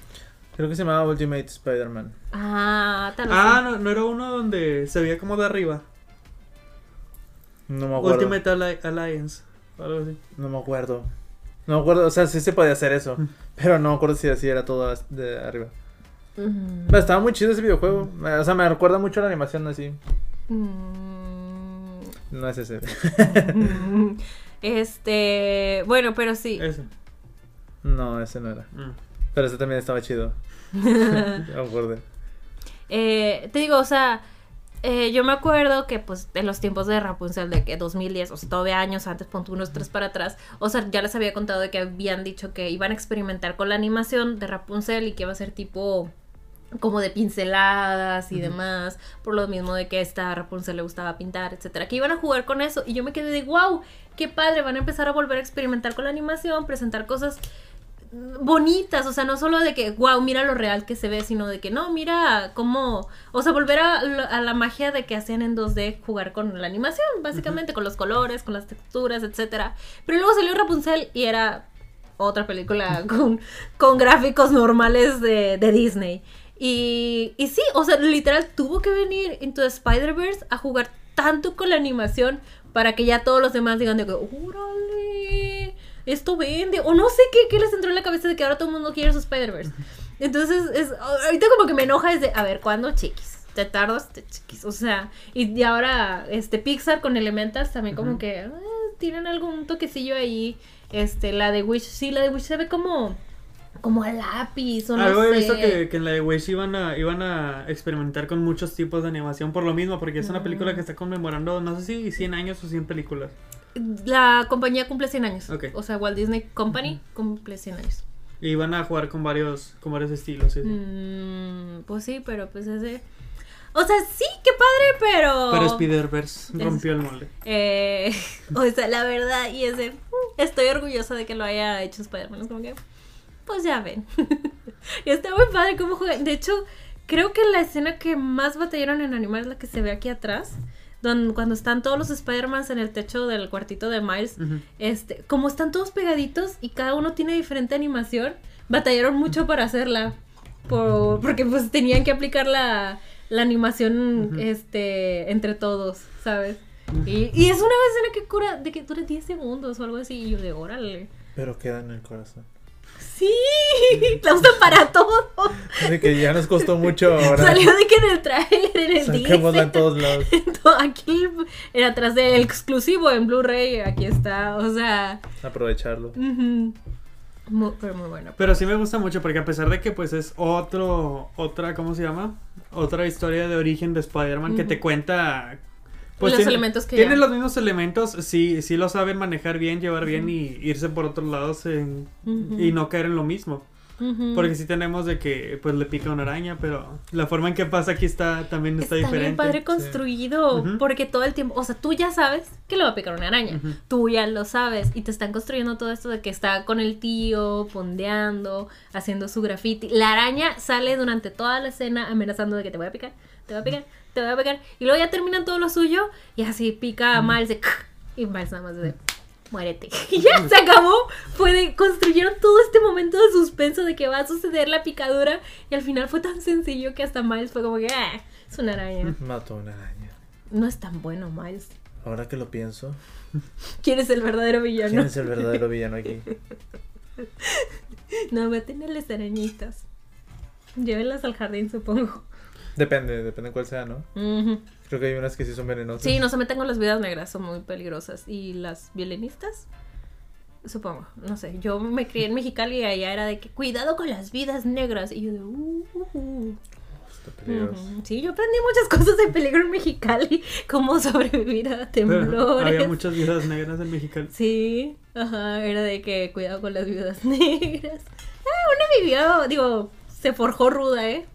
Speaker 1: Creo que se llamaba Ultimate Spider-Man.
Speaker 2: Ah, tal vez.
Speaker 3: Ah,
Speaker 2: sí.
Speaker 3: no, no era uno donde se veía como de arriba.
Speaker 1: No me acuerdo.
Speaker 3: Ultimate Alli- Alliance. o Algo así.
Speaker 1: No me acuerdo. No me acuerdo, o sea, sí se podía hacer eso. Pero no me acuerdo si así era todo as- de arriba.
Speaker 2: Mm.
Speaker 1: Pero estaba muy chido ese videojuego. O sea, me recuerda mucho a la animación así.
Speaker 2: Mm.
Speaker 1: No es ese.
Speaker 2: Mm, Este, bueno, pero sí.
Speaker 3: Ese.
Speaker 1: No, ese no era.
Speaker 3: Mm.
Speaker 1: Pero ese también estaba chido. Ya me acuerdo.
Speaker 2: Eh, te digo, o sea, eh, yo me acuerdo que pues en los tiempos de Rapunzel, de que 2010, o sea, todavía años antes, pon tú unos tres para atrás, o sea, ya les había contado de que habían dicho que iban a experimentar con la animación de Rapunzel y que iba a ser tipo como de pinceladas y demás, por lo mismo de que a esta Rapunzel le gustaba pintar, etcétera, que iban a jugar con eso y yo me quedé de wow, qué padre, van a empezar a volver a experimentar con la animación, presentar cosas bonitas, o sea, no solo de que, wow, mira lo real que se ve, sino de que, no, mira cómo, o sea, volver a, lo- a la magia de que hacían en 2D jugar con la animación, básicamente, con los colores, con las texturas, etcétera. Pero luego salió Rapunzel y era otra película con, con gráficos normales de, de Disney. Y, y sí, o sea, literal tuvo que venir Into the Spider-Verse a jugar tanto con la animación para que ya todos los demás digan de que, ¡órale! Esto vende. O no sé qué, qué les entró en la cabeza de que ahora todo el mundo quiere su Spider-Verse. Entonces, es, ahorita como que me enoja desde, a ver, ¿cuándo chiquis? Te tardas, te chiquis. O sea, y, y ahora este Pixar con Elementas también como
Speaker 1: Ujú.
Speaker 2: que eh, tienen algún toquecillo ahí. Este, la de Wish, sí, la de Wish se ve como como a lápiz o no
Speaker 3: Algo
Speaker 2: sé.
Speaker 3: he visto que, que en la de Wish iban a, iban a experimentar con muchos tipos de animación por lo mismo, porque es una
Speaker 2: Mm.
Speaker 3: película que está conmemorando, no sé si 100 años o 100 películas.
Speaker 2: La compañía cumple 100 años.
Speaker 3: Ok.
Speaker 2: O sea, Walt Disney Company cumple 100 años.
Speaker 3: Y iban a jugar con varios, con varios estilos. sí, sí.
Speaker 2: Mm, pues sí, pero pues ese... O sea, sí, qué padre, pero...
Speaker 3: Pero Spider-Verse rompió el molde.
Speaker 2: Eh, o sea, la verdad, y ese, mm, estoy orgullosa de que lo haya hecho Spider-Man. Es como que, pues ya ven. y está muy padre cómo juegan. De hecho, creo que la escena que más batallaron en animar es la que se ve aquí atrás. Don, cuando están todos los Spider-Mans en el techo del cuartito de Miles,
Speaker 3: Ujú.
Speaker 2: este, como están todos pegaditos y cada uno tiene diferente animación, batallaron mucho para hacerla. Por- porque pues tenían que aplicar la, la animación
Speaker 3: Ujú.
Speaker 2: este, entre todos, ¿sabes? Y, y es una escena que cura, de que dura 10 segundos o algo así, y yo de órale.
Speaker 1: Pero queda en el corazón.
Speaker 2: Sí, la usan para todo.
Speaker 1: Así que ya nos costó mucho ahora.
Speaker 2: Salió de que en el trailer, en el
Speaker 1: Saquémosla en
Speaker 2: disco.
Speaker 1: todos lados.
Speaker 2: Aquí, en atrás del exclusivo en Blu-ray, aquí está, o sea...
Speaker 1: Aprovecharlo.
Speaker 2: ujú. Muy- pero muy bueno.
Speaker 3: Pero sí me gusta mucho porque a pesar de que pues es otro, otra, ¿cómo se llama? Otra historia de origen de Spider-Man que
Speaker 2: Ujú.
Speaker 3: te cuenta... pues,
Speaker 2: Los elementos que
Speaker 3: Tiene
Speaker 2: ya-
Speaker 3: los mismos elementos, sí, sí lo saben manejar bien, llevar bien y irse por otros lados en-
Speaker 2: Ujú.
Speaker 3: y no caer en lo mismo.
Speaker 2: Ujú.
Speaker 3: Porque sí tenemos de que pues le pica una araña, pero la forma en que pasa aquí está también
Speaker 2: Está
Speaker 3: está,
Speaker 2: bien
Speaker 3: diferente.
Speaker 2: padre construido,
Speaker 3: Ujú.
Speaker 2: porque todo el tiempo, o sea, tú ya sabes que le va a picar una araña,
Speaker 3: Ujú.
Speaker 2: tú ya lo sabes, y te están construyendo todo esto de que está con el tío, pondeando, haciendo su graffiti. La araña sale durante toda la escena amenazando de que te voy a picar, te voy a picar, te voy a picar, y luego ya terminan todo lo suyo, y así pica a Miles de... Y Miles nada más de... Muérete. Y ya se acabó. Fue de- construyeron todo este momento de suspenso de que va a suceder la picadura. Y al final fue tan sencillo que hasta Miles fue como que. "Ah, es una araña.
Speaker 1: Mató una araña.
Speaker 2: No es tan bueno, Miles.
Speaker 1: Ahora que lo pienso,
Speaker 2: ¿Quién es el verdadero
Speaker 1: ¿quién
Speaker 2: villano?
Speaker 1: es el verdadero villano aquí?
Speaker 2: No, maten a las arañitas. Llévenlas al jardín, supongo.
Speaker 1: Depende, depende cuál sea, ¿no?
Speaker 2: Ujú.
Speaker 1: Creo que hay unas que sí son venenosas.
Speaker 2: Sí, no se metan con las vidas negras, son muy peligrosas. ¿Y las violinistas? Supongo, no sé. Yo me crié en Mexicali y allá era de que cuidado con las vidas negras. Y yo de. "Uh, uh, uh".
Speaker 1: Está peligroso.
Speaker 2: Ujú. Sí, yo aprendí muchas cosas de peligro en Mexicali, cómo sobrevivir a
Speaker 3: Pero
Speaker 2: temblores.
Speaker 3: había muchas vidas negras en Mexicali.
Speaker 2: Sí, ajá, era de que cuidado con las viudas negras. Ah, una vivió, digo, se forjó ruda, ¿eh?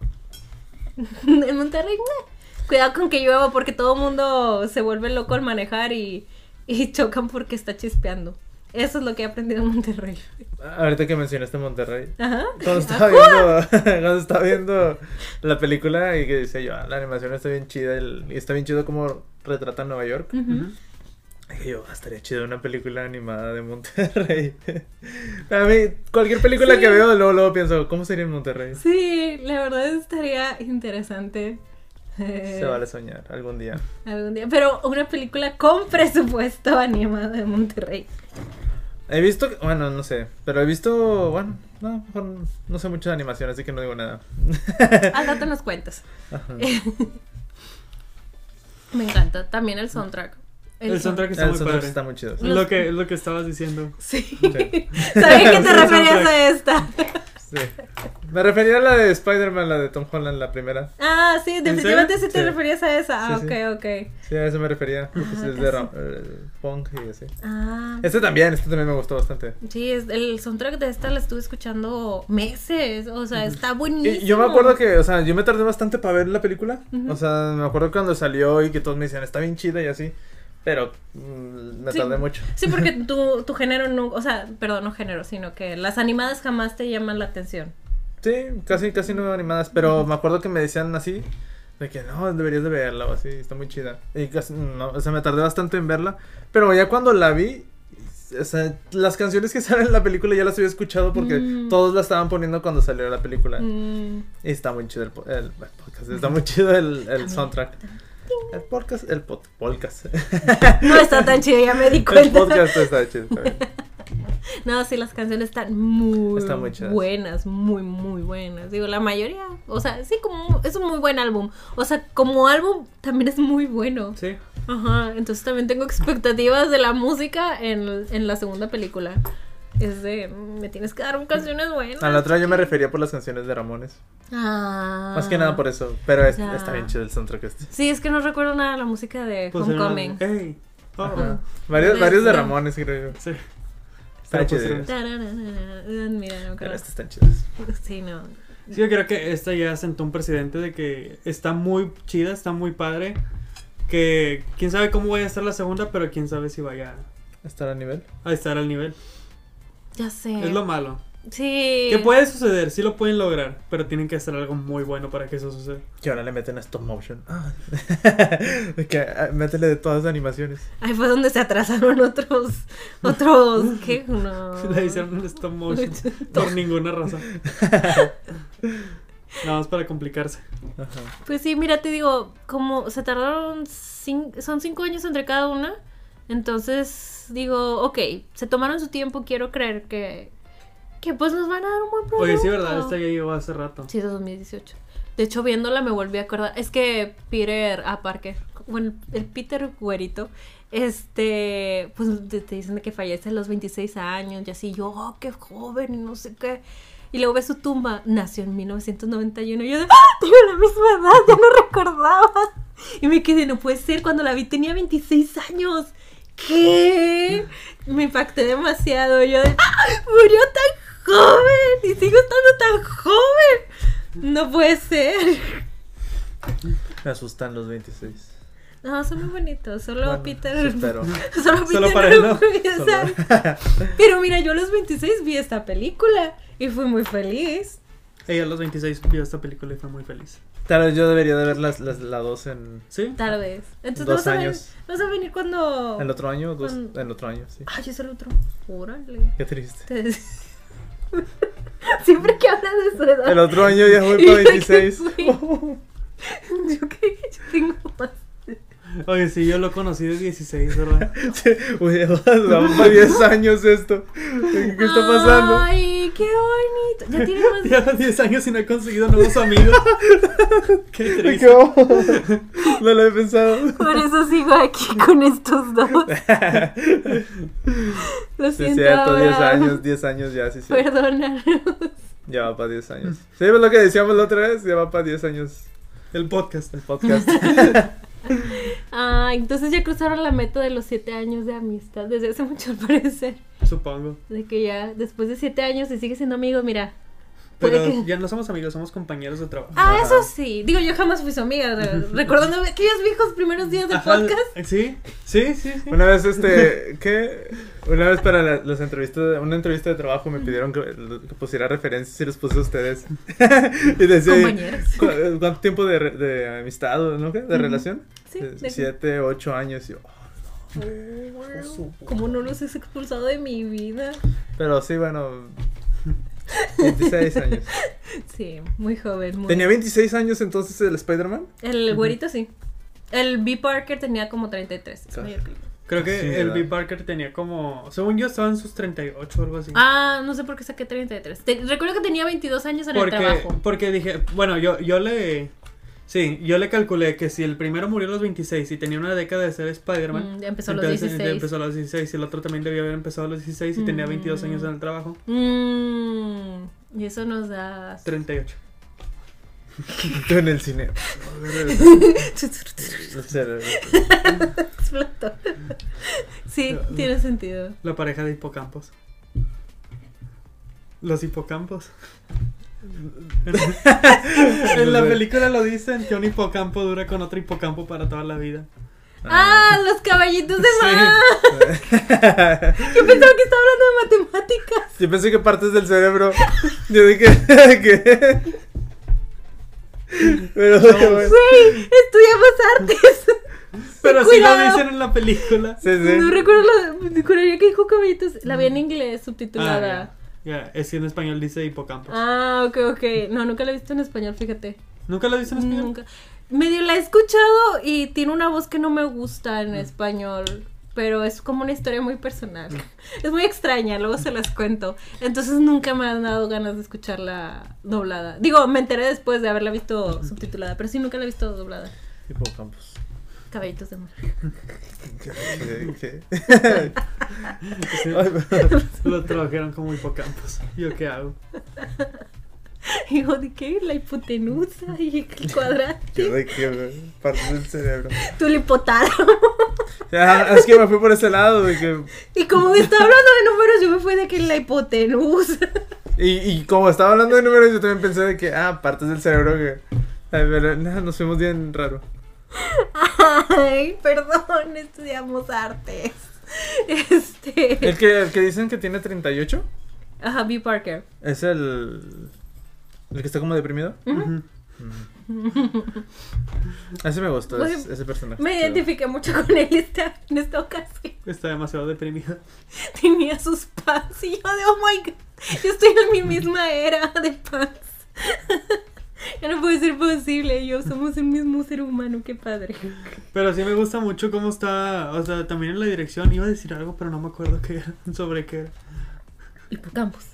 Speaker 2: en Monterrey, meh. cuidado con que llueva porque todo el mundo se vuelve loco al manejar y, y chocan porque está chispeando. Eso es lo que he aprendido en Monterrey.
Speaker 1: Ahorita que mencionaste Monterrey.
Speaker 2: Ajá.
Speaker 1: Cuando estaba, viendo, cuando estaba viendo la película y que decía yo, "Ah, la animación está bien chida el- y está bien chido como retrata Nueva York.
Speaker 2: Ujú.
Speaker 3: Ujú.
Speaker 1: Dije yo, "Ah, estaría chido una película animada de Monterrey. A mí, cualquier película
Speaker 2: Sí.
Speaker 1: que veo, luego, luego pienso, ¿cómo sería en Monterrey?
Speaker 2: Sí, la verdad estaría interesante. Eh,
Speaker 1: Se vale soñar algún día.
Speaker 2: Algún día. Pero una película con presupuesto animada de Monterrey.
Speaker 1: He visto, bueno, no sé, pero he visto, bueno, no, mejor no sé mucho de animación, así que no digo nada.
Speaker 2: Al rato nos cuentas.
Speaker 1: Ajá.
Speaker 2: Me encanta. También el soundtrack.
Speaker 3: El, soundtrack está
Speaker 1: El
Speaker 3: muy
Speaker 1: soundtrack
Speaker 3: padre.
Speaker 1: Ah, está muy chido.
Speaker 3: Es lo que, es lo que estabas diciendo.
Speaker 2: Sí.
Speaker 1: Sí.
Speaker 2: Sabía que
Speaker 3: Sí,
Speaker 2: te referías
Speaker 3: soundtrack.
Speaker 2: a esta.
Speaker 1: Sí. Me refería a la de Spider-Man, la de Tom Holland, la primera.
Speaker 2: Ah, sí, definitivamente sí te
Speaker 1: Sí.
Speaker 2: referías a esa. Ah,
Speaker 1: Sí, sí.
Speaker 2: ok, ok.
Speaker 1: Sí, a eso me refería. porque
Speaker 2: Ajá,
Speaker 1: es de ro- eh, punk y así.
Speaker 2: Ah.
Speaker 1: Este también, este también me gustó bastante.
Speaker 2: Sí, es- el soundtrack de esta la estuve escuchando meses, o sea, está buenísimo.
Speaker 1: Y yo me acuerdo que, o sea, yo me tardé bastante para ver la película.
Speaker 2: Ujú.
Speaker 1: O sea, me acuerdo cuando salió y que todos me decían, está bien chida y así. Pero mm, me
Speaker 2: Sí.
Speaker 1: tardé mucho.
Speaker 2: Sí, porque tu, tu género no, o sea, perdón, no género, sino que las animadas jamás te llaman la atención.
Speaker 1: Sí, casi, casi no veo animadas, pero me acuerdo que me decían así, de que no, deberías de verla o así, está muy chida. Y casi, no, o sea, me tardé bastante en verla, pero ya cuando la vi, o sea, las canciones que salen en la película ya las había escuchado porque
Speaker 2: Mm.
Speaker 1: todos la estaban poniendo cuando salió la película.
Speaker 2: Mm,
Speaker 1: Y está muy chido el, po- el- el podcast, está muy chido el, el soundtrack. El podcast, el pod- podcast.
Speaker 2: No está tan chido, ya me di
Speaker 1: El
Speaker 2: cuenta.
Speaker 1: podcast está chido también.
Speaker 2: No, sí, las canciones están muy,
Speaker 1: Están muy chidas.
Speaker 2: buenas, muy, muy buenas. Digo, la mayoría, o sea, sí, como es un muy buen álbum. O sea, como álbum también es muy bueno.
Speaker 3: Sí.
Speaker 2: Ajá, entonces también tengo expectativas de la música en, en la segunda película. Es de, mm, me tienes que dar un canciones buenas.
Speaker 1: A la otra yo me refería por las canciones de Ramones.
Speaker 2: Ah.
Speaker 1: Más que nada por eso, pero es-
Speaker 2: Ya.
Speaker 1: está bien chido el soundtrack este.
Speaker 2: Sí, es que no recuerdo nada de la música de
Speaker 1: Pues
Speaker 3: Pusieron la de,
Speaker 2: Homecoming.
Speaker 3: "Hey, oh".
Speaker 1: Ajá. Varios,
Speaker 2: Pues,
Speaker 1: varios de
Speaker 2: no.
Speaker 1: Ramones, creo yo.
Speaker 3: Sí.
Speaker 1: Está
Speaker 3: Pero pues,
Speaker 1: chido.
Speaker 3: pusieron-
Speaker 2: Tarararara, Mira, no me
Speaker 1: Pero
Speaker 2: acuerdo.
Speaker 1: estas están chidas.
Speaker 2: Sí, no.
Speaker 3: Sí, yo creo que esta ya sentó un precedente de que está muy chida, está muy padre. Que quién sabe cómo vaya a estar la segunda, pero quién sabe si vaya
Speaker 1: ¿Están a nivel?
Speaker 3: a estar al nivel.
Speaker 2: Ya sé.
Speaker 3: Es lo malo.
Speaker 2: Eh, Sí.
Speaker 3: Que puede suceder, sí lo pueden lograr, pero tienen que hacer algo muy bueno para que eso suceda.
Speaker 1: Que ahora le meten a stop motion. Ah. De que ah, métele de todas las animaciones.
Speaker 2: Ahí fue donde se atrasaron otros. Otros. ¿Qué? No.
Speaker 3: La hicieron en stop motion por ninguna razón. Nada más para complicarse.
Speaker 1: Ajá.
Speaker 2: Pues sí, mira, te digo, como se tardaron. cin- son cinco años entre cada una. Entonces, digo, ok, se tomaron su tiempo. Quiero creer que. Que pues nos van a dar un buen producto.
Speaker 3: Oye, sí, verdad, esta ya llegó hace rato.
Speaker 2: Sí, de 2018. De hecho, viéndola me volví a acordar. Es que Peter, ah, Parker, bueno, el Peter güerito, este, pues te, te dicen de que fallece a los 26 años y así. Yo, oh, qué joven, y no sé qué. Y luego ves su tumba, nació en 1991. Y yo, de, ¡Ah! tengo la misma edad, ya no recordaba. Y me quedé, no puede ser, cuando la vi tenía 26 años. ¿Qué? Me impacté demasiado. Yo de, ¡Ah! murió tan joven y sigo estando tan joven. No puede ser.
Speaker 1: Me asustan los 26.
Speaker 2: No, son muy bonitos. Solo
Speaker 1: Bueno,
Speaker 2: Peter.
Speaker 1: sí, pero-
Speaker 2: Solo Peter.
Speaker 3: Solo para él,
Speaker 2: no
Speaker 3: ¿no?
Speaker 2: puede
Speaker 1: Solo-
Speaker 2: ser. Pero mira, yo a los 26 vi esta película y fui muy feliz.
Speaker 3: Ella a los 26 vio esta película y fue muy feliz.
Speaker 1: Tal vez yo debería de ver las, las, la 2 en
Speaker 3: ¿Sí?
Speaker 2: Tal vez. Entonces
Speaker 1: Dos
Speaker 2: vas, a venir,
Speaker 1: años.
Speaker 2: vas a venir cuando.
Speaker 1: el otro año, dos,
Speaker 2: Con-
Speaker 1: el otro año, sí.
Speaker 2: Ay, es el otro. Órale.
Speaker 1: Qué triste.
Speaker 2: Entonces- Siempre que hablas de su edad.
Speaker 1: El otro año ya voy
Speaker 2: yo
Speaker 1: para
Speaker 2: que
Speaker 1: 26.
Speaker 2: fui- yo que yo tengo más.
Speaker 3: Oye, sí, yo lo conocí de 16, ¿verdad?
Speaker 1: Sí, Uy, vamos para 10 años esto. ¿Qué qué está pasando?
Speaker 2: Ay, qué bonito. Ya tiene más.
Speaker 3: Lleva 10 años y no he conseguido nuevos amigos. Qué
Speaker 1: ¿Qué
Speaker 3: triste.
Speaker 1: No lo he pensado.
Speaker 2: Por eso sigo aquí con estos dos. Lo
Speaker 1: Sí, es
Speaker 2: siento.
Speaker 1: cierto, 10
Speaker 2: Abraham.
Speaker 1: años, 10 años ya, sí, sí.
Speaker 2: Perdónanos.
Speaker 1: Ya va para 10 años. Sí, es lo que decíamos la otra vez, ya va para 10 años
Speaker 3: El podcast.
Speaker 1: el podcast.
Speaker 2: Ah, entonces ya cruzaron la meta de los siete años de amistad desde hace mucho al parecer.
Speaker 3: Supongo.
Speaker 2: De que ya después de siete años se sigue siendo amigo, mira. Puede
Speaker 3: Pero
Speaker 2: que-
Speaker 3: ya no somos amigos, somos compañeros de trabajo.
Speaker 2: Ah,
Speaker 1: Ajá.
Speaker 2: eso sí. Digo, yo jamás fui su amiga. re- Recordando aquellos viejos primeros días de
Speaker 3: Ajá,
Speaker 2: podcast.
Speaker 3: Sí, sí, sí. sí.
Speaker 1: Una vez, este, ¿qué? Una vez para la- las entrevistas, una entrevista de trabajo me pidieron que, que pusiera referencias y los puse a ustedes. y decía,
Speaker 2: Compañeros.
Speaker 1: ¿cu- ¿cuánto tiempo de, re- de amistad o no? qué? ¿De relación?
Speaker 2: Sí,
Speaker 1: Eh,
Speaker 2: de-
Speaker 1: Siete, ocho años. y oh, yo,
Speaker 2: Como no los has expulsado de mi vida.
Speaker 1: pero sí, bueno, 26 años.
Speaker 2: Sí, muy joven. Muy...
Speaker 1: ¿Tenía 26 años entonces el Spider-Man?
Speaker 2: El güerito sí. El B. Parker tenía como 33. es
Speaker 1: Claro.
Speaker 2: mayor que yo.
Speaker 3: Creo que
Speaker 1: Sí,
Speaker 3: el
Speaker 1: ¿verdad?
Speaker 3: B. Parker tenía como. Según yo, estaba en sus 38 o algo así.
Speaker 2: Ah, no sé por qué saqué 33. Te- recuerdo que tenía 22 años en el
Speaker 3: porque,
Speaker 2: trabajo.
Speaker 3: porque dije. Bueno, yo, yo le. Sí, yo le calculé que si el primero murió a los 26 y tenía una década de ser Spider-Man.
Speaker 2: Mm, ya empezó a los
Speaker 3: entonces,
Speaker 2: 16.
Speaker 3: Empezó a los 16 y el otro también debió haber empezado a los 16 y tenía 22 años en el trabajo.
Speaker 2: Mm, Y eso nos da.
Speaker 3: 38.
Speaker 1: Tú en el cine.
Speaker 2: Explotó. Sí, tiene sentido.
Speaker 3: La pareja de hipocampos. Los hipocampos. en la película lo dicen que un hipocampo dura con otro hipocampo para toda la vida.
Speaker 2: ¡Ah! ¡Los caballitos de mar! Yo pensaba que estaba hablando de matemáticas.
Speaker 1: Yo pensé que partes del cerebro. Yo dije que. Pero bueno.
Speaker 2: Güey, estudiamos artes.
Speaker 3: Pero sí lo
Speaker 2: Cuidado.
Speaker 3: dicen en la película.
Speaker 1: Sí, sí.
Speaker 2: No recuerdo lo juraría que dijo caballitos. La vi en inglés subtitulada.
Speaker 3: Ah, ya. Ya, Es que en español dice hipocampos.
Speaker 2: Ah, ok, ok. No, nunca la he visto en español, fíjate.
Speaker 3: ¿Nunca lo dicen en español?
Speaker 2: Nunca. Medio la he escuchado y tiene una voz que no me gusta en español. Pero es como una historia muy personal. Es muy extraña, luego se las cuento. Entonces nunca me han dado ganas de escucharla doblada. Digo, me enteré después de haberla visto subtitulada, pero sí nunca la he visto doblada.
Speaker 1: Hipocampus.
Speaker 2: Caballitos de mar.
Speaker 1: ¿Qué?
Speaker 3: Sí. lo tradujeron como hipocampos. ¿Yo qué hago?
Speaker 2: Digo, ¿de qué? La hipotenusa y el cuadrante.
Speaker 1: de qué, güey? Partes del cerebro.
Speaker 2: Tu hipotálamo.
Speaker 1: Ya, es que me fui por ese lado, de que.
Speaker 2: Y como estaba hablando de números, yo me fui de que la hipotenusa.
Speaker 1: Y, y como estaba hablando de números, yo también pensé de que, ah, partes del cerebro que. Ay, pero no, nos fuimos bien raro.
Speaker 2: Ay, perdón, estudiamos artes. Este.
Speaker 1: El que, el que dicen que tiene 38
Speaker 2: Ajá, B. Parker.
Speaker 1: es el. El que está como deprimido.
Speaker 3: Ujú.
Speaker 1: Ese me gustó,
Speaker 2: Güey,
Speaker 1: es- ese personaje.
Speaker 2: Me identifiqué mucho con él esta, en esta ocasión.
Speaker 3: Está demasiado deprimido.
Speaker 2: Tenía sus pants y yo de, oh my god, yo estoy en mi misma era de pants. Ya no puede ser posible, yo somos el mismo ser humano, qué padre.
Speaker 3: Pero sí me gusta mucho cómo está. O sea, también en la dirección. Iba a decir algo, pero no me acuerdo qué era, sobre qué era.
Speaker 2: Hipocampos.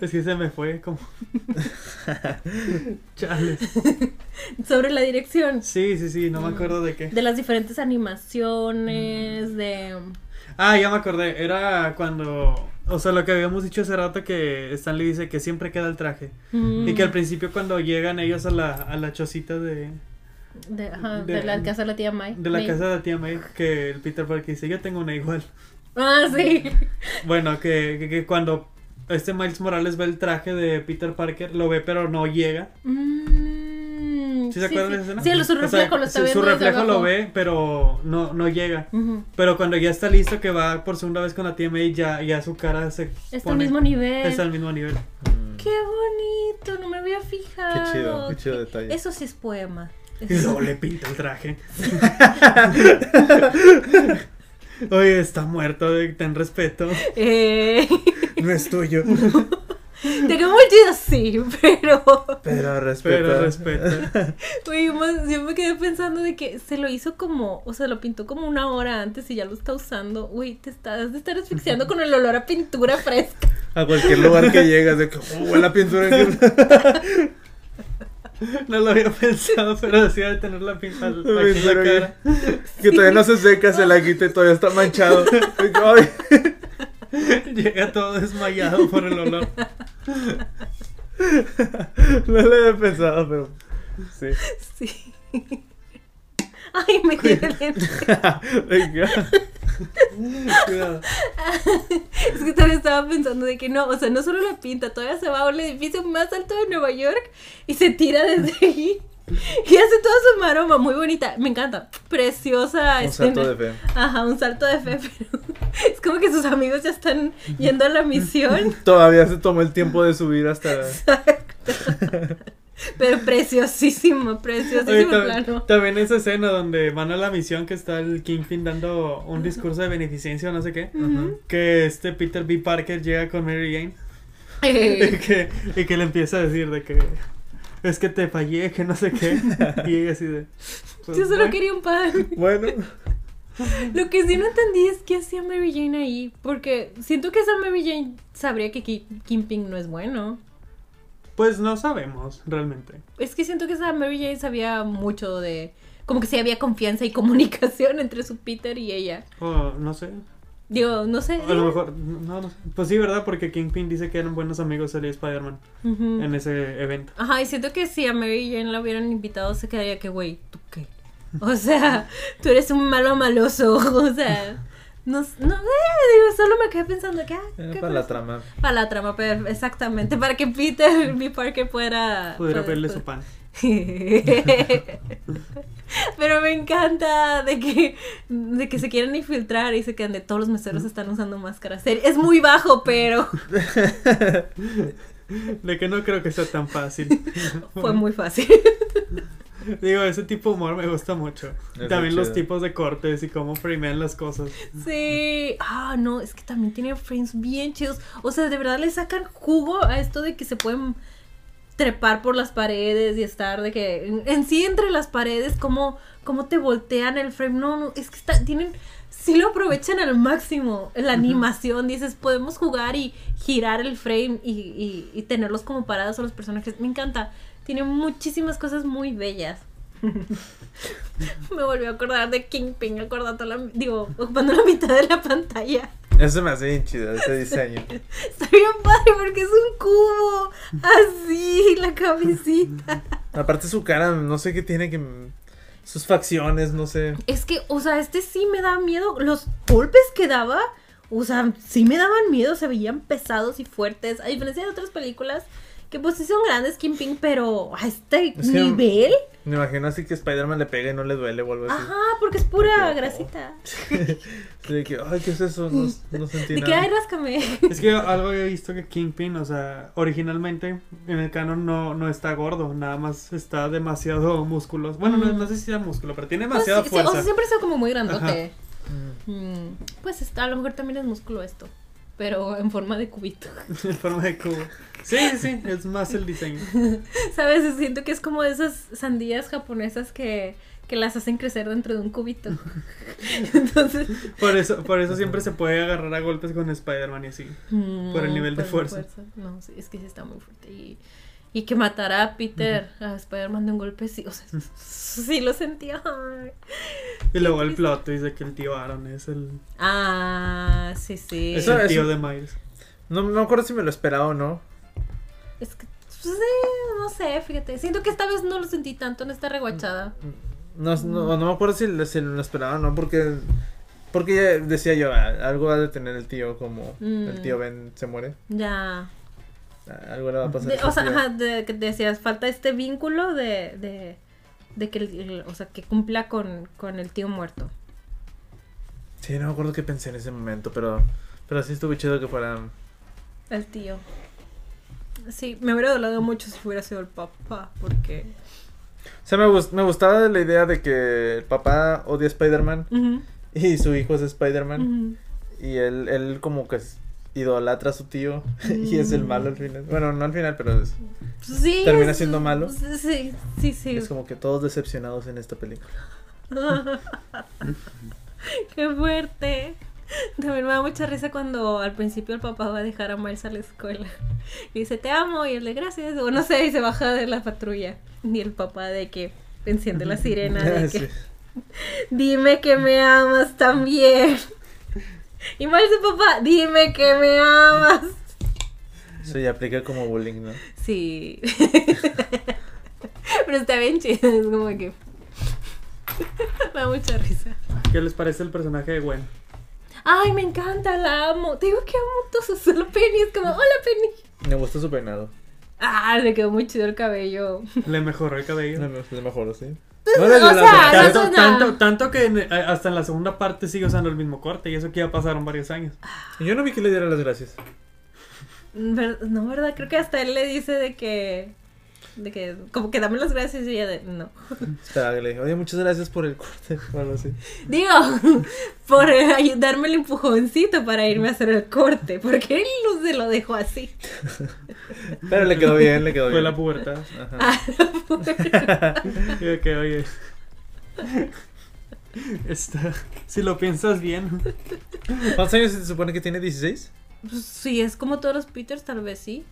Speaker 3: Es que se me fue como. Chales.
Speaker 2: Sobre la dirección
Speaker 3: Sí, sí, sí, no me acuerdo de qué.
Speaker 2: de las diferentes animaciones, de...
Speaker 3: Ah, ya me acordé. Era cuando. O sea, lo que habíamos dicho hace rato que Stanley dice que siempre queda el traje.
Speaker 2: mm,
Speaker 3: Y que al principio, cuando llegan ellos a la, a la chocita de,
Speaker 2: De, ajá,
Speaker 3: de-
Speaker 2: de, la casa de la tía May.
Speaker 3: de la
Speaker 2: May.
Speaker 3: casa de la tía May, que el Peter Parker dice: Yo tengo una igual.
Speaker 2: Ah, sí.
Speaker 3: Bueno, que, que- que cuando este Miles Morales ve el traje de Peter Parker, lo ve pero no llega.
Speaker 2: Mm,
Speaker 3: ¿Sí, se acuerdan de esa escena?
Speaker 2: Sí, lo- su
Speaker 3: O sea,
Speaker 2: reflejo lo está
Speaker 3: su-
Speaker 2: viendo.
Speaker 3: Su
Speaker 2: desde
Speaker 3: reflejo lo
Speaker 2: abajo.
Speaker 3: ve, pero no, no llega.
Speaker 2: Ujú.
Speaker 3: Pero cuando ya está listo, que va por segunda vez con la tía May, ya, ya su cara se
Speaker 2: Está al
Speaker 3: pone...
Speaker 2: mismo nivel.
Speaker 3: Está al mismo nivel.
Speaker 1: Mm,
Speaker 2: Qué bonito, no me había fijado.
Speaker 1: Qué chido, qué chido detalle.
Speaker 2: Eso sí es poema.
Speaker 3: Y
Speaker 2: Eso-
Speaker 3: luego le pinta el traje. Oye, está muerto, eh, ten respeto.
Speaker 2: Eh,
Speaker 1: No es tuyo.
Speaker 2: te quedó muy chido, sí, pero
Speaker 1: Pero respeto.
Speaker 3: Pero respeto.
Speaker 2: güey, yo me- yo me quedé pensando de que se lo hizo como, o sea, lo pintó como una hora antes y ya lo está usando. Uy, te estás de estar asfixiando con el olor a pintura fresca.
Speaker 1: A cualquier lugar que llegas, de que, oh, huele a pintura.
Speaker 3: No lo había pensado, pero sí de tener la pinta aquí en la
Speaker 1: Pero que-
Speaker 3: cara.
Speaker 1: Que todavía no se seca, se la quita y todavía está manchado. De que, Ay,
Speaker 3: Llega todo desmayado por el olor.
Speaker 1: no lo había pensado, pero. Sí.
Speaker 2: Sí. Ay, me dio el lente.
Speaker 1: Venga.
Speaker 3: Cuidado.
Speaker 2: Es que todavía estaba pensando de que no, o sea, no solo la pinta, todavía se va a un edificio más alto de Nueva York y se tira desde ahí. Y hace toda su maroma, muy bonita, me encanta, preciosa
Speaker 1: Un
Speaker 2: escena.
Speaker 1: salto de fe.
Speaker 2: Ajá, un salto de fe, pero es como que sus amigos ya están yendo a la misión,
Speaker 1: Todavía se tomó el tiempo de subir hasta.
Speaker 2: pero preciosísimo,
Speaker 3: Oye,
Speaker 2: preciosísimo
Speaker 3: tam-
Speaker 2: plano.
Speaker 3: también esa escena donde van a la misión que está el Kingpin dando un discurso de beneficencia o no sé qué. Que este Peter B. Parker llega con Mary Jane y
Speaker 2: Eh,
Speaker 3: que, y que le empieza a decir de que es que te fallé, que no sé qué. Y ella así de. pues,
Speaker 2: yo solo
Speaker 3: bueno.
Speaker 2: quería un pan.
Speaker 1: Bueno.
Speaker 2: Lo que sí no entendí es qué hacía Mary Jane ahí, porque siento que esa Mary Jane sabría que Ki- Kingpin no es bueno.
Speaker 3: Pues no sabemos realmente.
Speaker 2: Es que siento que esa Mary Jane sabía mucho de... Como que sí había confianza y comunicación entre su Peter y ella.
Speaker 3: O no sé.
Speaker 2: Digo, no sé.
Speaker 3: A lo mejor, no, no sé. Pues sí, ¿verdad? Porque Kingpin dice que eran buenos amigos él y Spider-Man
Speaker 2: Ujú.
Speaker 3: en ese evento.
Speaker 2: Ajá, y siento que si a Mary Jane la hubieran invitado, se quedaría que, güey, ¿tú qué? O sea, tú eres un malo maloso. O sea, no, s- no eh, digo, solo me quedé pensando que, ah,
Speaker 1: Eh,
Speaker 2: qué
Speaker 1: para la
Speaker 2: curioso.
Speaker 1: trama.
Speaker 2: Para la trama, pero exactamente, para que Peter B. Parker pudiera...
Speaker 3: Pudiera
Speaker 2: puede-
Speaker 3: verle su
Speaker 2: puede-
Speaker 3: pan.
Speaker 2: Pero me encanta de que, de que se quieren infiltrar y se quedan de todos los meseros están usando máscaras. Es muy bajo, pero
Speaker 3: De que no creo que sea tan fácil.
Speaker 2: fue muy fácil.
Speaker 3: Digo, ese tipo de humor me gusta mucho.
Speaker 1: Es muy
Speaker 3: También los
Speaker 1: chido.
Speaker 3: tipos de cortes y cómo framean las cosas.
Speaker 2: Sí. Ah, no, es que también tiene frames bien chidos. O sea, de verdad le sacan jugo a esto de que se pueden trepar por las paredes y estar de que en, en sí entre las paredes como como te voltean el frame. No, no, es que está tienen sí lo aprovechan al máximo. La animación, dices, podemos jugar y girar el frame y, y- y tenerlos como parados a los personajes. Me encanta. Tiene muchísimas cosas muy bellas. Me volvió a acordar de Kingpin, acordando la, digo, ocupando la mitad de la pantalla.
Speaker 1: Eso me hace bien chido, ese diseño.
Speaker 2: Está bien padre porque es un cubo, así, la cabecita.
Speaker 1: Aparte su cara, no sé qué tiene que... Sus facciones, no sé.
Speaker 2: Es que, o sea, este sí me da miedo. Los golpes que daba, o sea, sí me daban miedo, se veían pesados y fuertes. A diferencia de otras películas, que pues sí son grandes Kingpin, pero a este
Speaker 1: Es que-
Speaker 2: nivel.
Speaker 1: Me imagino así que Spider-man le pega y no le duele o algo así.
Speaker 2: Ajá, porque es pura
Speaker 1: Ok.
Speaker 2: grasita.
Speaker 1: Así de que, ay, ¿qué es eso? No, no sentí
Speaker 2: De que,
Speaker 1: nada.
Speaker 2: ay, ráscame.
Speaker 3: Es que algo he visto que Kingpin, o sea, originalmente en el canon no, no está gordo, nada más está demasiado músculo. Bueno, no, no sé si sea músculo, pero tiene
Speaker 2: Pues, sí,
Speaker 3: demasiada
Speaker 2: sí, o sea,
Speaker 3: fuerza.
Speaker 2: siempre ha sido como muy grandote.
Speaker 1: Mm.
Speaker 2: Mm, pues está, a lo mejor también es músculo esto, pero en forma de cubito.
Speaker 3: en forma de cubo. Sí, sí, es más el diseño.
Speaker 2: ¿Sabes? Siento que es como de esas sandías japonesas que, que las hacen crecer dentro de un cubito. Entonces...
Speaker 3: Por eso, por eso siempre se puede agarrar a golpes con Spider-Man y así. Por el
Speaker 2: mm,
Speaker 3: nivel de
Speaker 2: por la
Speaker 3: fuerza.
Speaker 2: No, sí, es que sí está muy fuerte. Y, y que matará a Peter, a Spider-Man de un golpe, sí, o sea, sí lo sentía. Ay.
Speaker 3: Y luego el plot dice que el tío Aaron es el,
Speaker 2: Ah, sí, sí.
Speaker 3: es
Speaker 1: Eso-
Speaker 3: el tío
Speaker 1: eso-
Speaker 3: de Miles.
Speaker 1: No no me acuerdo si me lo esperaba o no.
Speaker 2: Es que, pues, sí, no sé, fíjate. Siento que esta vez no lo sentí tanto en esta reguachada.
Speaker 1: No, no, no me acuerdo si, lo- si lo esperaba o no, porque... Porque ya decía yo, "Ah, algo ha de tener el tío como
Speaker 2: Mm.
Speaker 1: el tío Ben se muere.
Speaker 2: Ya.
Speaker 1: Ah, Algo le va a pasar.
Speaker 2: De-
Speaker 1: al
Speaker 2: o sea,
Speaker 1: tío.
Speaker 2: ajá, de, que decías, falta este vínculo de, de, de que, el- el- o sea, que cumpla con, con el tío muerto.
Speaker 1: Sí, no me acuerdo qué pensé en ese momento, pero... Pero sí estuvo chido que fuera...
Speaker 2: El tío. Sí, me hubiera dolado mucho si hubiera sido el papá, porque...
Speaker 1: O sea, me, gust- me gustaba la idea de que el papá odia a Spider-Man
Speaker 2: Ujú,
Speaker 1: y su hijo es Spider-Man
Speaker 2: ujú.
Speaker 1: y él, él como que es- idolatra a su tío y es el malo al final. Bueno, no al final, pero es,
Speaker 2: Sí.
Speaker 1: Termina
Speaker 2: es-
Speaker 1: siendo malo.
Speaker 2: Sí, sí, sí.
Speaker 1: es como que todos decepcionados en esta película.
Speaker 2: Qué fuerte. También me da mucha risa cuando al principio el papá va a dejar a Miles a la escuela. Y dice, te amo, y él de gracias. O no sé, y se baja de la patrulla. Y el papá de que enciende la sirena de
Speaker 1: Sí.
Speaker 2: que dime que me amas también. Y Miles de papá, dime que me amas.
Speaker 1: Eso ya aplica como bullying, ¿no?
Speaker 2: Sí. Pero está bien chido, es como que... Me da mucha risa.
Speaker 3: ¿Qué les parece el personaje de Gwen?
Speaker 2: Ay, me encanta, la amo. Te digo que amo todo su solo Penny. Es como, hola Penny.
Speaker 1: Me gusta su peinado.
Speaker 2: Ah, le quedó muy chido el cabello.
Speaker 3: Le mejoró el
Speaker 1: No,
Speaker 3: cabello.
Speaker 1: me- Es mejor, ¿sí?
Speaker 2: Pues, o
Speaker 1: No le dio
Speaker 2: sea,
Speaker 1: la-
Speaker 2: no-
Speaker 3: Tanto,
Speaker 2: Ah, es nada.
Speaker 3: tanto, tanto que en- eh, hasta en la segunda parte sigue usando el mismo corte y eso que ya pasaron varios años.
Speaker 1: Yo no vi que le diera las gracias.
Speaker 2: Mm, Ver- No, ¿verdad? Creo que hasta él le dice de que. De que, como que dame las gracias y ella de. No.
Speaker 1: Esperaba que le dije, oye, muchas gracias por el corte. o algo así.
Speaker 2: Digo, por eh, ayudarme el empujoncito para irme a hacer el corte. Porque él no se lo dejó así.
Speaker 1: Pero le quedó bien, le quedó
Speaker 3: Fue
Speaker 1: bien.
Speaker 3: la pubertad.
Speaker 1: Ajá.
Speaker 3: Y de que, oye. Está, si lo piensas bien,
Speaker 1: ¿Cuántos años se supone que tiene? ¿16?
Speaker 2: Pues, sí, es como todos los Peters, tal vez sí.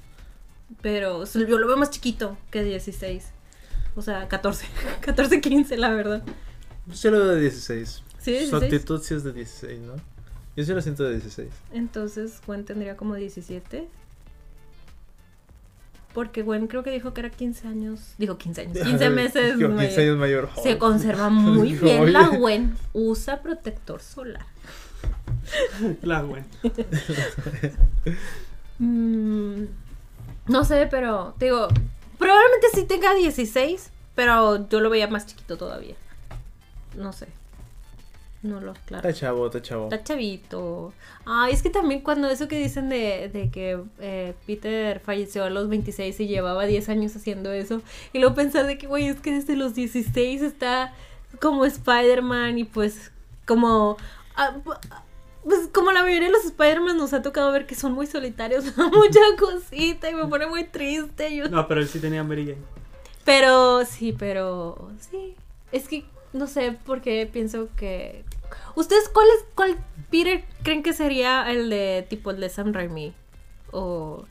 Speaker 2: Pero s- yo lo veo más chiquito que 16. O sea, 14. 14, 15, la verdad.
Speaker 1: Yo lo veo de 16.
Speaker 2: Sí, de
Speaker 1: Su
Speaker 2: 16.
Speaker 1: actitud sí es de 16, ¿no? Yo sí lo siento de 16.
Speaker 2: Entonces Gwen tendría como 17. Porque Gwen creo que dijo que era 15 años. Digo 15 años. 15 meses.
Speaker 1: Yo,
Speaker 2: mayor.
Speaker 1: 15 años mayor.
Speaker 2: Se
Speaker 1: Ay.
Speaker 2: conserva muy
Speaker 1: Digo,
Speaker 2: bien
Speaker 1: oye.
Speaker 2: la Gwen. Usa protector solar.
Speaker 3: La Gwen.
Speaker 2: Mm, no sé, pero te digo, probablemente sí tenga 16, pero yo lo veía más chiquito todavía. No sé. No lo claro.
Speaker 1: Está chavo, está chavo.
Speaker 2: Está chavito. Ay, es que también cuando eso que dicen de, de que eh, Peter falleció a los 26 y llevaba 10 años haciendo eso, y luego pensar de que, güey, es que desde los 16 está como Spider-Man y pues como... ah, bu- ah, pues como la mayoría de los Spider-Man nos ha tocado ver que son muy solitarios, mucha cosita y me pone muy triste. yo-
Speaker 3: No, pero él sí tenía Mary Jane.
Speaker 2: pero sí, pero sí. Es que no sé por qué pienso que. ¿Ustedes cuál es, cuál Peter creen que sería el de tipo el de Sam Raimi? O.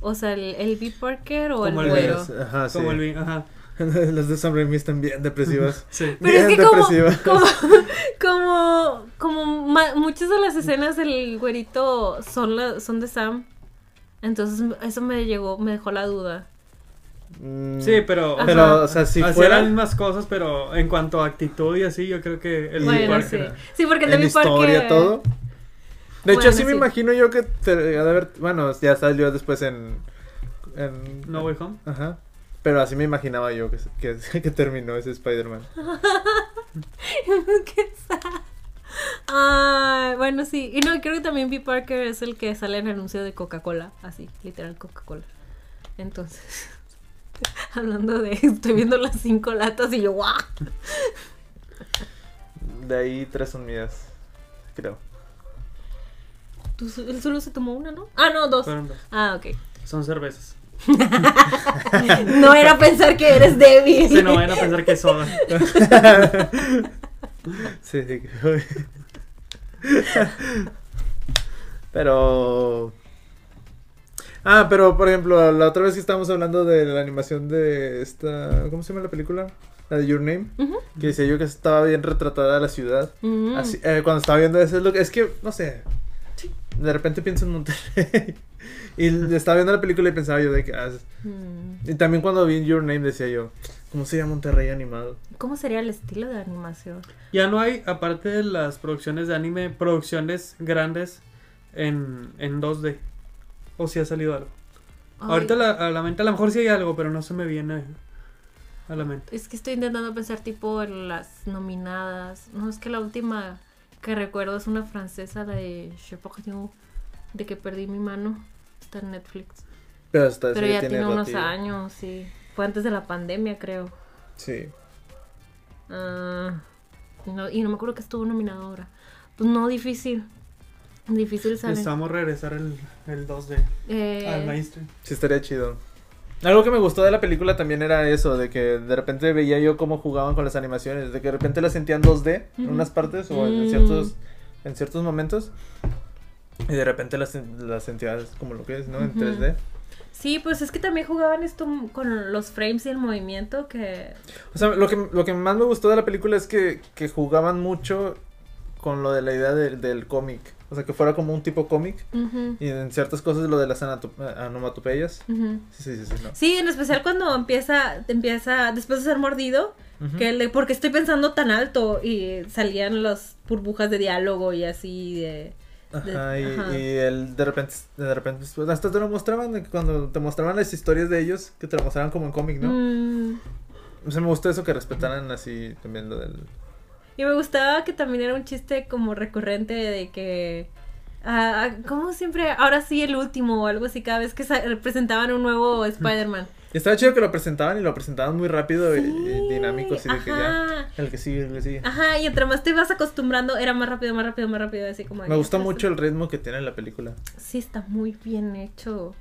Speaker 2: O sea, el, el B. Parker o el
Speaker 3: Como el
Speaker 1: Eh,
Speaker 2: güero.
Speaker 3: Bueno.
Speaker 1: Ajá, sí.
Speaker 3: Como el vi- Ajá.
Speaker 1: Las de Sam Raimi están bien depresivas.
Speaker 3: Sí.
Speaker 2: Pero es
Speaker 1: Bien
Speaker 2: que como,
Speaker 1: depresiva.
Speaker 2: como, como, como ma- muchas de las escenas del güerito son, la- son de Sam. Entonces eso me llegó, me dejó la duda.
Speaker 1: Mm,
Speaker 3: Sí, pero.
Speaker 2: Ajá.
Speaker 1: Pero, o sea, si
Speaker 3: hacía
Speaker 1: fuera-
Speaker 3: las mismas cosas, pero en cuanto a actitud y así, yo creo que el
Speaker 1: Bueno,
Speaker 3: Nick Parker
Speaker 2: sí.
Speaker 3: era-
Speaker 2: Sí, porque el de
Speaker 1: en
Speaker 2: B. Parker.
Speaker 1: historia, todo. De hecho,
Speaker 2: Bueno,
Speaker 1: sí, me
Speaker 2: sí.
Speaker 1: imagino yo que te- ha de haber- bueno, ya salió después en, en-
Speaker 3: No Way Home.
Speaker 1: Ajá. Pero así me imaginaba yo que, que, que terminó ese Spider-Man.
Speaker 2: Qué sad. Ay, bueno, sí. Y no, creo que también B. Parker es el que sale en el anuncio de Coca-Cola. Así, literal Coca-Cola. Entonces, hablando de. Estoy viendo las cinco latas y yo, ¡guau!
Speaker 1: De ahí tres son mías, creo.
Speaker 2: Tú su- Él solo se tomó una, ¿no? Ah, no, dos.
Speaker 3: Fueron dos.
Speaker 2: Ah, ok.
Speaker 3: Son cervezas.
Speaker 2: No era pensar que eres débil.
Speaker 3: Se no vayan a pensar que es soda.
Speaker 1: Sí, sí. creo. pero... Ah, pero por ejemplo, la otra vez que estábamos hablando de la animación de esta... ¿Cómo se llama la película? La de Your Name.
Speaker 2: Ujú.
Speaker 1: Que decía yo que estaba bien retratada la ciudad.
Speaker 2: Mm.
Speaker 1: Así, eh, cuando estaba viendo eso, es, lo que, es que, no sé. De repente pienso en Monterrey. y estaba viendo la película y pensaba yo de que. ah,
Speaker 2: Mm.
Speaker 1: y también cuando vi Your Name decía yo, ¿cómo sería Monterrey animado?
Speaker 2: ¿Cómo sería el estilo de animación?
Speaker 3: Ya no hay, aparte de las producciones de anime, producciones grandes en, en 2D. O si ha salido algo.
Speaker 2: Ay,
Speaker 3: Ahorita la- a la mente, a lo mejor sí hay algo, pero no se me viene a la mente.
Speaker 2: Es que estoy intentando pensar tipo en las nominadas. No, es que la última que recuerdo es una francesa, la de Je Parle, de que perdí mi mano. Está en Netflix.
Speaker 1: Pero, hasta eso
Speaker 2: Pero ya tiene unos
Speaker 1: ratillo.
Speaker 2: años, sí. Fue antes de la pandemia, creo.
Speaker 1: Sí.
Speaker 2: Ah, y, no, y no me acuerdo que estuvo nominada ahora. Pues no, difícil. Difícil salir.
Speaker 3: Necesitamos regresar el, el 2D
Speaker 2: Eh,
Speaker 3: al mainstream.
Speaker 1: Sí, estaría chido. Algo que me gustó de la película también era eso, de que de repente veía yo cómo jugaban con las animaciones, de que de repente las sentían 2D en
Speaker 2: Ujú.
Speaker 1: unas partes o en
Speaker 2: Mm.
Speaker 1: ciertos en ciertos momentos y de repente las, las sentías como lo que es, ¿no? En
Speaker 2: Ujú.
Speaker 1: 3D.
Speaker 2: sí, pues es que también jugaban esto con los frames y el movimiento que...
Speaker 1: O sea, lo que, lo que más me gustó de la película es que, que jugaban mucho con lo de la idea del- del cómic. O sea, que fuera como un tipo cómic.
Speaker 2: Ujú,
Speaker 1: Y en ciertas cosas lo de las anato- onomatopeyas.
Speaker 2: ujú.
Speaker 1: Sí, sí, sí, no.
Speaker 2: Sí, en especial cuando empieza, empieza después de ser mordido,
Speaker 1: Ujú.
Speaker 2: que le, porque estoy pensando tan alto y salían las burbujas de diálogo y así de...
Speaker 1: Ajá, y,
Speaker 2: ajá.
Speaker 1: y él de repente, de repente, pues, hasta te lo mostraban, de que cuando te mostraban las historias de ellos, que te lo mostraban como en cómic, ¿no?
Speaker 2: Mm.
Speaker 1: O sea, me gustó eso que respetaran así también lo del...
Speaker 2: Y me gustaba que también era un chiste como recurrente de que... ah, ah, como siempre, ahora sí el último o algo así, cada vez que sa- presentaban un nuevo Spider-Man.
Speaker 1: Y estaba chido que lo presentaban y lo presentaban muy rápido y, y
Speaker 2: Sí,
Speaker 1: dinámico, así de que ya...
Speaker 2: ajá. Ah,
Speaker 1: El que sigue, el que sigue.
Speaker 2: Ajá, y entre más te vas acostumbrando, era más rápido, más rápido, más rápido, así como...
Speaker 1: Me gusta mucho el ritmo que tiene la película.
Speaker 2: Sí, está muy bien hecho.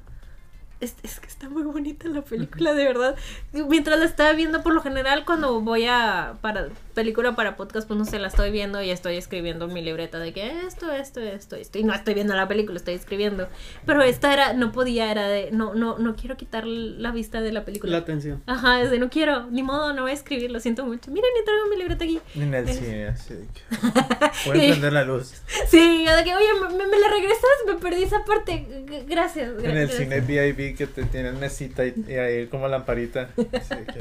Speaker 2: Es, es que está muy bonita la película, de verdad. Mientras la estaba viendo, por lo general, cuando voy a... para película para podcast, pues no sé, la estoy viendo y estoy escribiendo en mi libreta de que esto, esto, esto, esto. Y no estoy viendo la película, estoy escribiendo. Pero esta era, no podía, era de, no, no, no quiero quitar la vista de la película.
Speaker 3: La atención.
Speaker 2: Ajá, es de no quiero, ni modo, no voy a escribir, lo siento mucho. Miren, y traigo mi libreta aquí.
Speaker 1: En el cine, así de que. Voy a prender la luz.
Speaker 2: Sí, yo de que, oye, me, me la regresas, me perdí esa parte. G- Gracias. gra-
Speaker 1: En el
Speaker 2: gracias.
Speaker 1: cine VIP que te tienen mesita y, y ahí como lamparita. Así de que.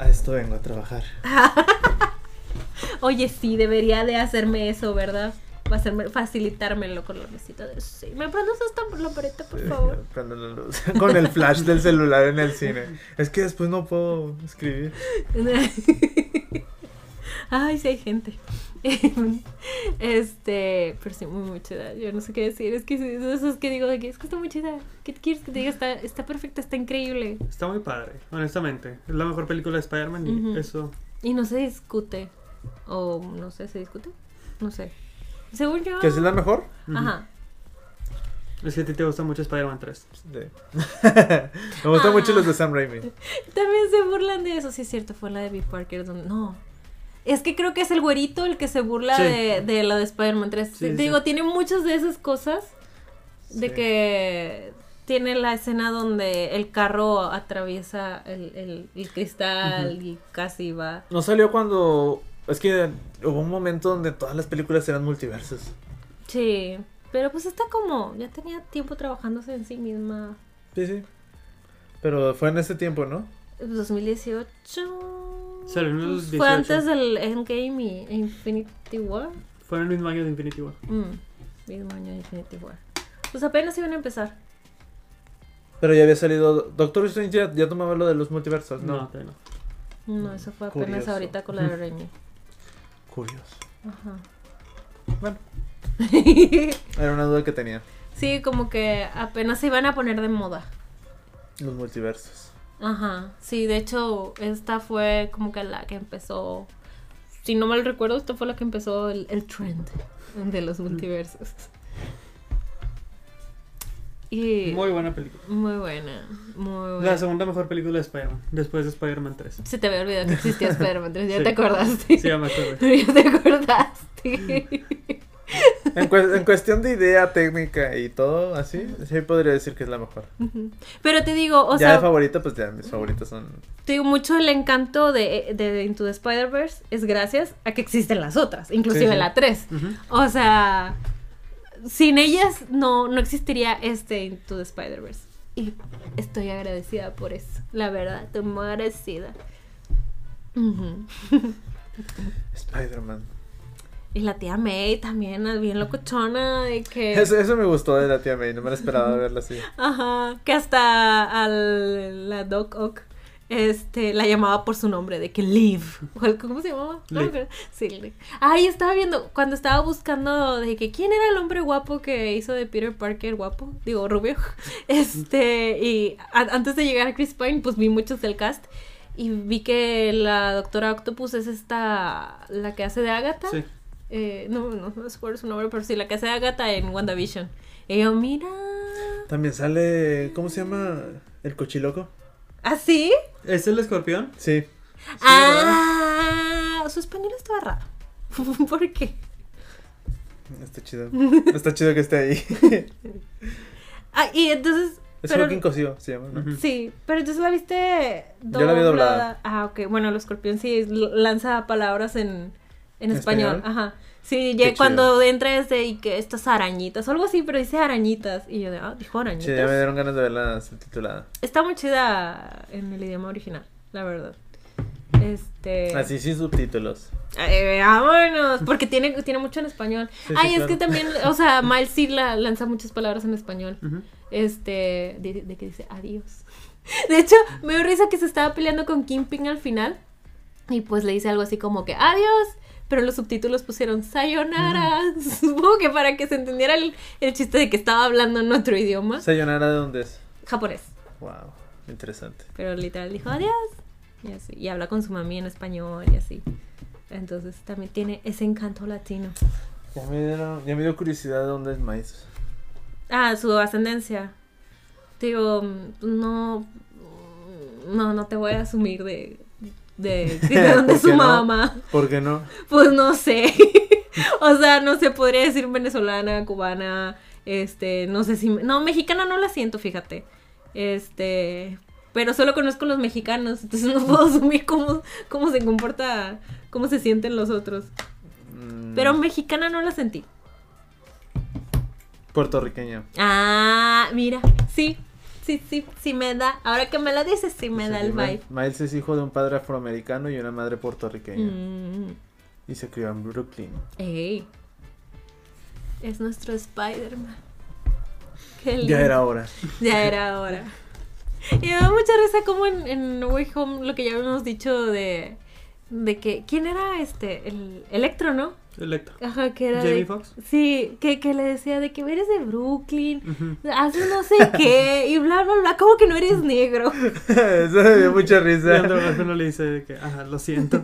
Speaker 1: A esto vengo a trabajar.
Speaker 2: Oye, sí, debería de hacerme eso, ¿verdad? Va a hacerme- facilitármelo con la mesita de sí. ¿Me prendes esta lamparita, por favor?
Speaker 1: Prendo la luz. Con el flash del celular en el cine. Es que después no puedo escribir.
Speaker 2: Ay, sí hay gente. este, pero sí, muy, muy chida. Yo no sé qué decir. Es que sí, de esos que digo de que es que está muy chida. ¿Qué quieres que te diga? Está, está perfecta, está increíble.
Speaker 3: Está muy padre, honestamente. Es la mejor película de Spider-Man y
Speaker 2: Ujú.
Speaker 3: eso.
Speaker 2: Y no se discute. O no sé, ¿se discute? No sé. Según yo.
Speaker 1: ¿Que es la mejor?
Speaker 2: Ajá.
Speaker 3: Es que a ti te gusta mucho Spider-Man 3.
Speaker 1: De- Me gustan mucho los de Sam Raimi.
Speaker 2: También se burlan de eso, sí es cierto, fue la de B. Parker donde... No. Es que creo que es el güerito el que se burla
Speaker 3: Sí.
Speaker 2: de, de la de Spider-Man 3.
Speaker 3: Sí, sí.
Speaker 2: Digo, tiene muchas de esas cosas de
Speaker 1: Sí.
Speaker 2: que tiene la escena donde el carro atraviesa el, el- el cristal y casi va.
Speaker 1: No salió cuando. Es que hubo un momento donde todas las películas eran multiversos.
Speaker 2: Sí. Pero pues está como, ya tenía tiempo trabajándose en sí misma.
Speaker 1: Sí, sí. Pero fue en ese tiempo, ¿no?
Speaker 2: 2018.
Speaker 3: Salió en el
Speaker 2: Pues,
Speaker 3: 18.
Speaker 2: Fue antes del Endgame y e Infinity War.
Speaker 3: Fue en el mismo año de Infinity War.
Speaker 2: Mm, mismo año de Infinity War. Pues apenas iban a empezar.
Speaker 1: Pero ya había salido. Doctor Strange ya, ya tomaba lo de los multiversos, Pues ¿no?
Speaker 3: No, todavía no.
Speaker 2: No, eso fue apenas
Speaker 1: Curioso.
Speaker 2: ahorita con la de Raimi.
Speaker 1: Curioso.
Speaker 2: Ajá.
Speaker 1: Bueno, era una duda que tenía.
Speaker 2: sí, como que apenas se iban a poner de moda.
Speaker 1: Los multiversos.
Speaker 2: Ajá. Sí, de hecho, esta fue como que la que empezó. Si no mal recuerdo, esta fue la que empezó el, el trend de los multiversos. Y.
Speaker 3: Muy buena película.
Speaker 2: muy buena. Muy buena.
Speaker 3: La segunda mejor película de Spider-Man, después de Spider-Man 3.
Speaker 2: Se te había olvidado que existía Spider-Man 3, ya
Speaker 3: Sí.
Speaker 2: te acordaste.
Speaker 3: Sí, ya me acuerdo.
Speaker 2: Ya te acordaste.
Speaker 1: En, cue- en cuestión de idea técnica y todo así, sí podría decir que es la mejor.
Speaker 2: Pero te digo, o
Speaker 1: ya de
Speaker 2: sea,
Speaker 1: favorita, pues ya mis favoritas son.
Speaker 2: te digo, mucho el encanto de, de Into the Spider-Verse es gracias a que existen las otras, inclusive
Speaker 1: Sí, sí.
Speaker 2: la 3.
Speaker 3: Ujú.
Speaker 2: O sea, sin ellas no, no existiría este Into the Spider-Verse. Y estoy agradecida por eso, la verdad, estoy muy agradecida. Ujú.
Speaker 1: Spider-Man.
Speaker 2: Y la tía May también, bien locochona, de que...
Speaker 1: Eso, eso me gustó de la tía May, no me lo esperaba verla así.
Speaker 2: Ajá, que hasta al, la Doc Ock este, la llamaba por su nombre, de que Liv. o el- ¿Cómo se llamaba? No me
Speaker 3: Liv.
Speaker 2: acuerdo. Sí, Liv. Ay, estaba viendo, cuando estaba buscando de que quién era el hombre guapo que hizo de Peter Parker guapo, digo rubio, este, y a- antes de llegar a Chris Pine, pues vi muchos del cast. Y vi que la doctora Octopus es esta, la que hace de Agatha.
Speaker 3: Sí.
Speaker 2: Eh, no, no, no recuerdo su nombre, pero sí, la que hace de Agatha en WandaVision. Y yo, mira.
Speaker 1: También sale. ¿Cómo se llama? El cochiloco.
Speaker 2: ¿Ah, sí?
Speaker 3: ¿Es el escorpión?
Speaker 1: Sí.
Speaker 2: ah, su español estaba raro. ¿Por qué?
Speaker 1: Está chido. Está chido que esté ahí.
Speaker 2: Ah, y entonces.
Speaker 1: Es
Speaker 2: pero-
Speaker 1: Joaquín Cosío, se llama, ¿no?
Speaker 3: Ujú.
Speaker 2: sí, pero entonces la viste
Speaker 1: Yo la vi doblada.
Speaker 2: Ah, ok. Bueno, el escorpión sí l- lanza palabras en, en
Speaker 1: ¿En
Speaker 2: español.
Speaker 1: español?
Speaker 2: Ajá. Sí,
Speaker 1: Qué
Speaker 2: ya cuando entra ese y que estas arañitas o algo así, pero dice arañitas. Y yo de, ah, dijo arañitas.
Speaker 1: Sí, ya me dieron ganas de verla subtitulada.
Speaker 2: Está muy chida en el idioma original, la verdad. Este.
Speaker 1: Así Ah, sí, subtítulos.
Speaker 2: Eh, vámonos, porque tiene, tiene mucho en español.
Speaker 1: Sí, sí,
Speaker 2: Ay, es
Speaker 1: claro.
Speaker 2: que también, o sea, Miles sí la- lanza muchas palabras en español.
Speaker 3: Ujú.
Speaker 2: Este, de, de que dice adiós. De hecho, me dio risa que se estaba peleando con Kingpin al final. Y pues le dice algo así como que adiós. Pero los subtítulos pusieron sayonara.
Speaker 1: Mm.
Speaker 2: Supongo que para que se entendiera el, el chiste de que estaba hablando en otro idioma.
Speaker 1: Sayonara, ¿de dónde es?
Speaker 2: Japonés.
Speaker 1: Wow, interesante.
Speaker 2: Pero literal dijo adiós. Y así. Y habla con su mami en español y así. Entonces también tiene ese encanto latino.
Speaker 1: Ya me, dieron- ya me dio curiosidad de dónde es maíz.
Speaker 2: Ah, su ascendencia. Digo, mm, no. No, no te voy a asumir de de, de donde
Speaker 1: ¿Por
Speaker 2: su
Speaker 1: qué no?
Speaker 2: mamá.
Speaker 1: ¿Por qué no?
Speaker 2: Pues no sé. o sea, no sé, podría decir venezolana, cubana, este, no sé si... No, mexicana no la siento, fíjate. Este, pero solo conozco los mexicanos, entonces no puedo asumir cómo, cómo se comporta, cómo se sienten los otros.
Speaker 1: Mm,
Speaker 2: Pero mexicana no la sentí.
Speaker 1: Puertorriqueña.
Speaker 2: Ah, mira, sí, sí, sí, sí me da. Ahora que me la dices, sí me da el vibe.
Speaker 1: Miles es hijo de un padre afroamericano y una madre puertorriqueña.
Speaker 2: Mm,
Speaker 1: Y se crió en Brooklyn.
Speaker 2: ey. Es nuestro Spider-Man. Qué lindo.
Speaker 1: Ya era hora.
Speaker 2: Ya era hora. Y me da mucha risa como en, en No Way Home lo que ya habíamos dicho de, de que... ¿Quién era este? El Electro, ¿no?
Speaker 3: Electro.
Speaker 2: Ajá, que era...
Speaker 3: Jamie
Speaker 2: de-
Speaker 3: Foxx.
Speaker 2: Sí, que, que le decía de que eres de Brooklyn,
Speaker 3: Ujú.
Speaker 2: haces no sé qué, y bla, bla, bla, como que no eres negro.
Speaker 1: Eso me dio mucha
Speaker 3: Y Andrew
Speaker 1: risa.
Speaker 3: Garfield no le dice de que, ajá, lo siento.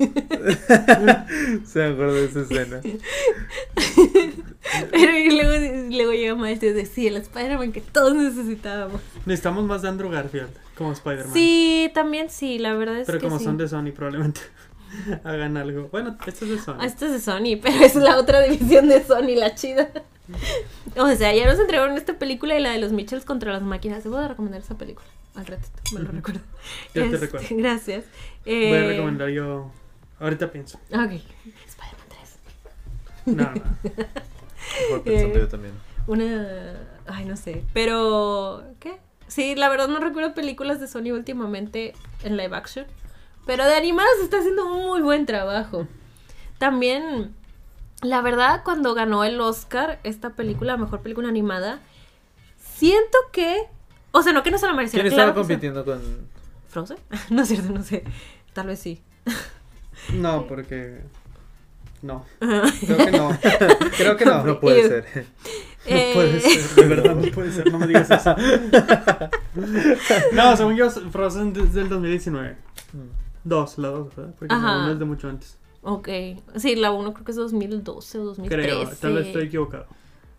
Speaker 1: Se me acuerdo de esa escena.
Speaker 2: Pero y luego, y luego llega Miles y dice, sí, el Spider-Man que todos necesitábamos.
Speaker 3: Necesitamos más de Andrew Garfield como Spider-Man.
Speaker 2: Sí, también sí, la verdad es
Speaker 3: Pero
Speaker 2: que
Speaker 3: como
Speaker 2: sí.
Speaker 3: son de Sony, probablemente hagan algo. Bueno, este es de Sony.
Speaker 2: Ah, Esta es de Sony, pero es la otra división de Sony, la chida. O sea, ya nos entregaron esta película y la de los Mitchells contra las máquinas. Te voy a recomendar esa película. Al ratito, me lo
Speaker 3: Ujú.
Speaker 2: recuerdo.
Speaker 3: Ya te
Speaker 2: Este,
Speaker 3: recuerdo.
Speaker 2: Gracias. Eh,
Speaker 3: Voy a recomendar yo. Ahorita pienso.
Speaker 2: Ok, Spider-Man 3.
Speaker 3: No, no, no.
Speaker 1: Por
Speaker 2: Eh,
Speaker 1: pensando yo también.
Speaker 2: Una. Ay, no sé. Pero. ¿Qué? Sí, la verdad no recuerdo películas de Sony últimamente en live action. Pero de animadas está haciendo un muy buen trabajo. También, la verdad, cuando ganó el Oscar, esta película, mejor película animada, siento que. O sea, no que no se la mereciera.
Speaker 1: ¿Quién
Speaker 2: claro
Speaker 1: estaba
Speaker 2: que sí.
Speaker 1: compitiendo con.?
Speaker 2: ¿Frozen? No es cierto, no sé. Tal vez sí.
Speaker 3: No, porque. No. Creo que no. Creo que no.
Speaker 1: No
Speaker 3: No
Speaker 1: puede
Speaker 2: Ew.
Speaker 1: ser.
Speaker 3: puede
Speaker 2: Eh,
Speaker 3: ser. De verdad, no puede ser. No me digas eso. No, según yo, Frozen desde el 2019. Dos, la dos, ¿verdad? Porque
Speaker 2: Mm. Ajá.
Speaker 3: la uno es de mucho antes.
Speaker 2: Ok. Sí, la 1 creo que es 2012 o 2013.
Speaker 3: Creo. Tal vez estoy equivocado.